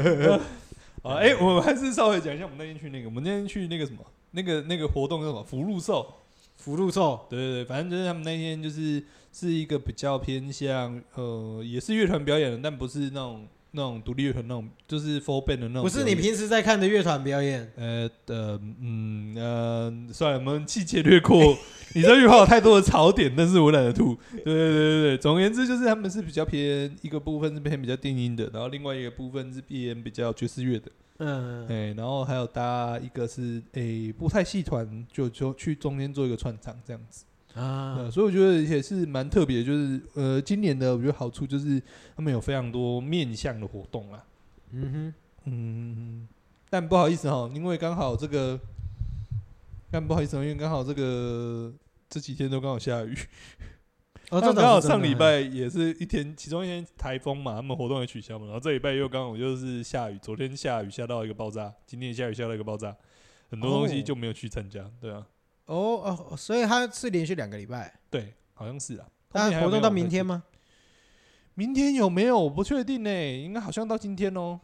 啊，哎，我们还是稍微讲一下我们那天去那个，我们那天去那个什么，那个那个活动叫什么？福禄寿。
福禄寿，
对对对，反正就是他们那天就是是一个比较偏向呃，也是乐团表演的，但不是那种那种独立乐团那种，就是 full band 的那种表演。
不是你平时在看的乐团表演。
呃呃嗯呃，算了，我们细节略过。 你这句话有太多的槽点，但是我懒得吐。对对对对对，总而言之就是他们是比较偏一个部分是偏比较电音的，然后另外一个部分是偏比较爵士乐的，
嗯，
哎、然后还有搭一个是哎布泰戏团，就就去中间做一个串场这样子。
啊，
呃，所以我觉得也是蛮特别，就是呃今年的我觉得好处就是他们有非常多面向的活动啦。
嗯
嗯，但不好意思哈，因为刚好这个，但不好意思哦，因为刚好这个这几天都刚好下雨，
哼，哦，这
但刚好
倒是真
上
的
礼，拜也是一天，其中一天台风嘛，他们活动也取消嘛，然后这礼拜又刚好就是下雨，昨天下雨下到一个爆炸，今天下雨下到一个爆炸，很多东西
哦
就没有去参加，对啊，
哦哦，所以他是连续两个礼拜。
对，好像是啊。后
那
面还
活
有没有
动到
我
明
再
天
去？
吗？
明天有没有？我不确定呢、应该好像到今天哦、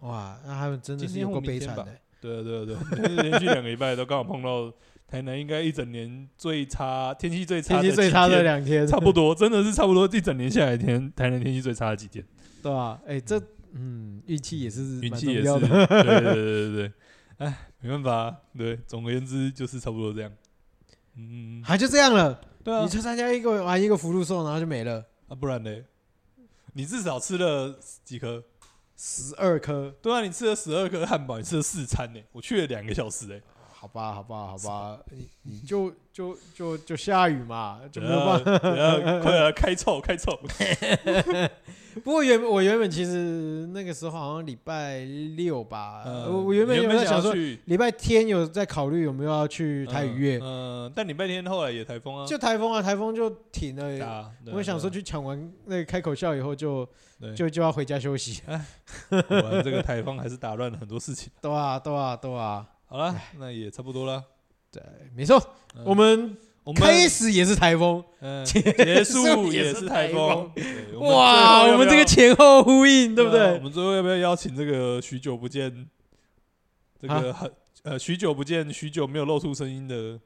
哇，那他们真的
今
是
天
有
或
够
明
悲
天
惨
吧
的。
对啊对啊对啊，就是 连续两个礼拜都刚好碰到台南，应该一整年最差天气最差
天
的
气最
几
差的
天
两天，
差不多，真的是差不多一整年下来天台南天气最差的 几天，
对吧？哎、这嗯，运气也是
运
蛮
气也
重
是，
要的
对。对对对对，哎，没办法，对，总而言之就是差不多这样。嗯，
啊，就这样了。
对啊
你，去参加一个玩一个福禄寿，然后就没了
啊不然嘞，你至少吃了几颗？
十二颗，
对啊，你吃了十二颗汉堡，你吃了四餐呢、我去了两个小时哎、
好吧，好吧，好吧，你你就就就就下雨嘛，就没有
啊
办法。
啊快来开臭开臭，
不过原我原本其实那个时候好像礼拜六吧，
呃
我我原本
原
有
本
在想
要
说
去
礼拜天有在考虑有没有要去台语乐，
嗯，嗯但礼拜天后来也台风啊，
就台风啊，台风就停
打
了。
啊。对啊
我想说，去抢完那个开口笑以后就
对啊
就就要回家休息，
对啊果然这个台风还是打乱了很多事情。
对啊，对啊，对啊，
好啦，那也差不多啦。
没错，
嗯
我们
我们
开始也是台风，
嗯
结
结
束
束
也
也
是
是
台
台风
风，
对
哇，我们这个前后呼应，对不
最后要要啊
对
我？们最后要不要邀请这个许久不见，这个很呃许久不见，许久没有露出声音的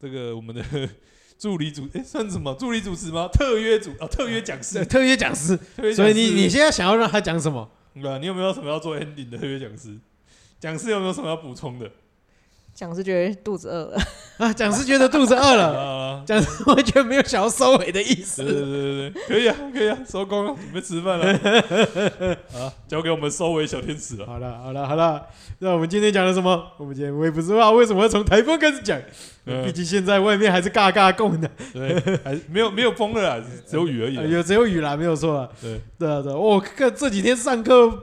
这个我们的 助理主，哎，算什么助理主持吗？特约主啊，特约讲
对
师，
特约讲师，
特约讲
所以你
师
你现在想要让他讲什么？
对啊，你有没有什么要做 ending 的特 别讲师？讲师有没有什么要补充的？
讲是觉得肚子饿了，
啊，讲师觉得肚子饿了，
啊，
讲师完全没有想要收尾的意
对对
思。
对对对，可以啊，可以啊，收工了，准备吃饭了。啊，交给我们收尾小天使了。
好了好了好了，那我们今天讲了什么？我们今天我也不知道为什么要从台风开始讲，
嗯
毕竟现在外面还是嘎嘎供的，
对，还没有没有风了啦，只有雨而已
呃
啦。
有只有雨啦，没有错啦。
对，
对啊对啊，我看这几天上课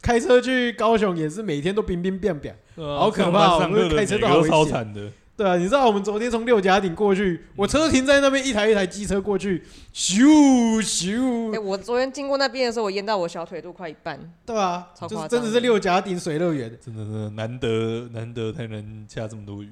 开车去高雄也是每天都冰冰变变，
对啊
好可怕哦
上班上课
我们
的
开车
每
都
个
好
都
危
超
险
惨的。
对啊，你知道我们昨天从六甲顶过去，我车停在那边，一台一台机车过去，咻
哎、
咻，
我昨天经过那边的时候，我淹到我小腿肚快一半。
对啊，
超
就
夸
是
张
真的是六甲顶水乐园，
真的真的难得难得才能下这么多雨。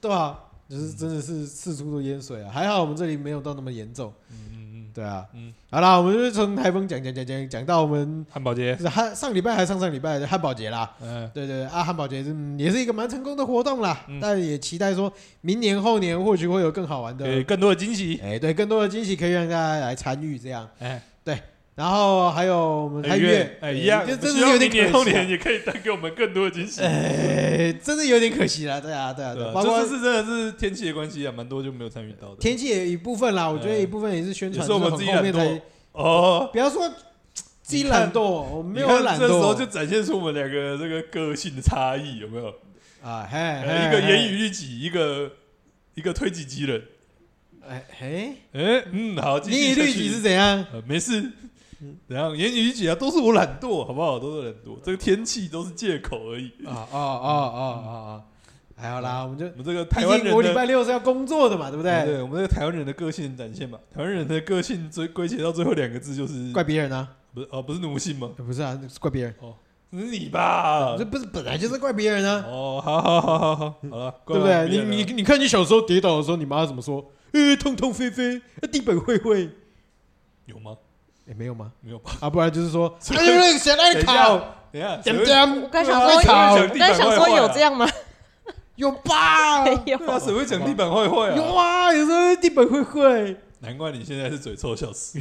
对啊，就是真的是四处都淹水啊，还好我们这里没有到那么严重，
嗯嗯
对啊，
嗯，
好啦，我们就从台风讲讲讲讲讲到我们
汉堡街，
汉上礼拜还上上礼拜的汉堡节啦，
嗯，
对对对啊，汉堡节是、嗯也是一个蛮成功的活动啦，
嗯
但也期待说明年后年或许会有更好玩的，
给
哎、
更多的惊喜。
对，更多的惊喜可以让大家来参与这样。
哎，
然后还有我们
哎
还月，
哎
对
一样，
就真的是
希
有
望
点可惜
明年
啊
后年，也可以带给我们更多的惊喜。
哎，真的有点可惜啦，对啊，对啊，对
对
啊，
啊，
包
这
括
次是真的是天气的关系啊，蛮多就没有参与到的。
天气也一部分啦，我觉得
哎
一部分也是宣传，
也是我们自己
很后面
懒惰
才，
哦，
不要说自己懒惰，我没有
你看
懒
这时候就
惰，
展现出我们两个这个个性的差异，有没有？
啊，嘿，
呃一个严
言
以，律己，一个一个推己及人。
哎嘿，
哎，嗯，好，继续
你以
下
律
去
己是嗯怎样？
呃，没事。怎样？言语姐啊，都是我懒惰，好不好？都是懒
嗯
惰，这个天气都是借口而已。
啊
啊
哦哦哦哦哦，还好啦，我们就
我们这个台湾
毕
人
竟我礼
的，
拜六是要工作的嘛，对不
对
对？
我们这个台湾人的个性展现吧。台湾人的个性最归结到最后两个字就是，
怪别人啊，
不是哦，不是奴性吗？
哎不是啊，是怪别人，
是你吧
嗯这？不是本来就是怪别人啊。
哦，好好好好好，好了，
对不
哦怪
对？
别人啊
你
了
你你看你小时候跌倒的时候，你妈怎么说？呃，痛痛飞飞，呃地板会会。
有吗？
哎，没有吗？
没有吧？
啊，不然就是 说，
谁
哎那个谁来
等一
考？
下，等一下，
点
谁会哎
点，
我刚想
会
说，
吵
我刚想说有这样吗？
有吧？
没有，
对啊，谁会讲地板坏坏
有
啊？
啊，有时候地板会会。
难怪你现在是嘴臭笑死。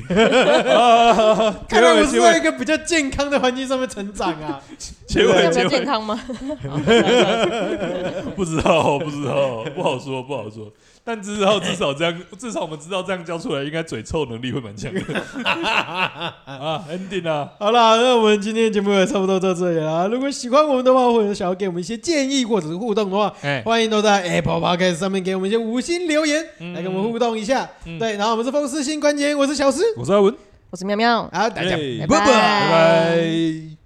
啊结
看来我
尾
是
结
在
尾
一个比较健康的环境上面成长啊。
结
这
尾
样比
结
较健
尾，
康吗？ 好算了算了
不知道不知道，不好说不好说。但至少至少这样，至少我们知道这样教出来，应该嘴臭能力会蛮强的。啊，ending 啊，
好啦，那我们今天的节目也差不多到这里啦。如果喜欢我们的话，或者想要给我们一些建议或者是互动的话，
哎，
欢迎都在 Apple Podcast 上面给我们一些五星留言，
嗯
来跟我们互动一下。
嗯
对，然后我们是风湿性关节炎，我是小诗，
我是阿文，
我是喵喵，
好，大家
耶
拜拜
拜拜。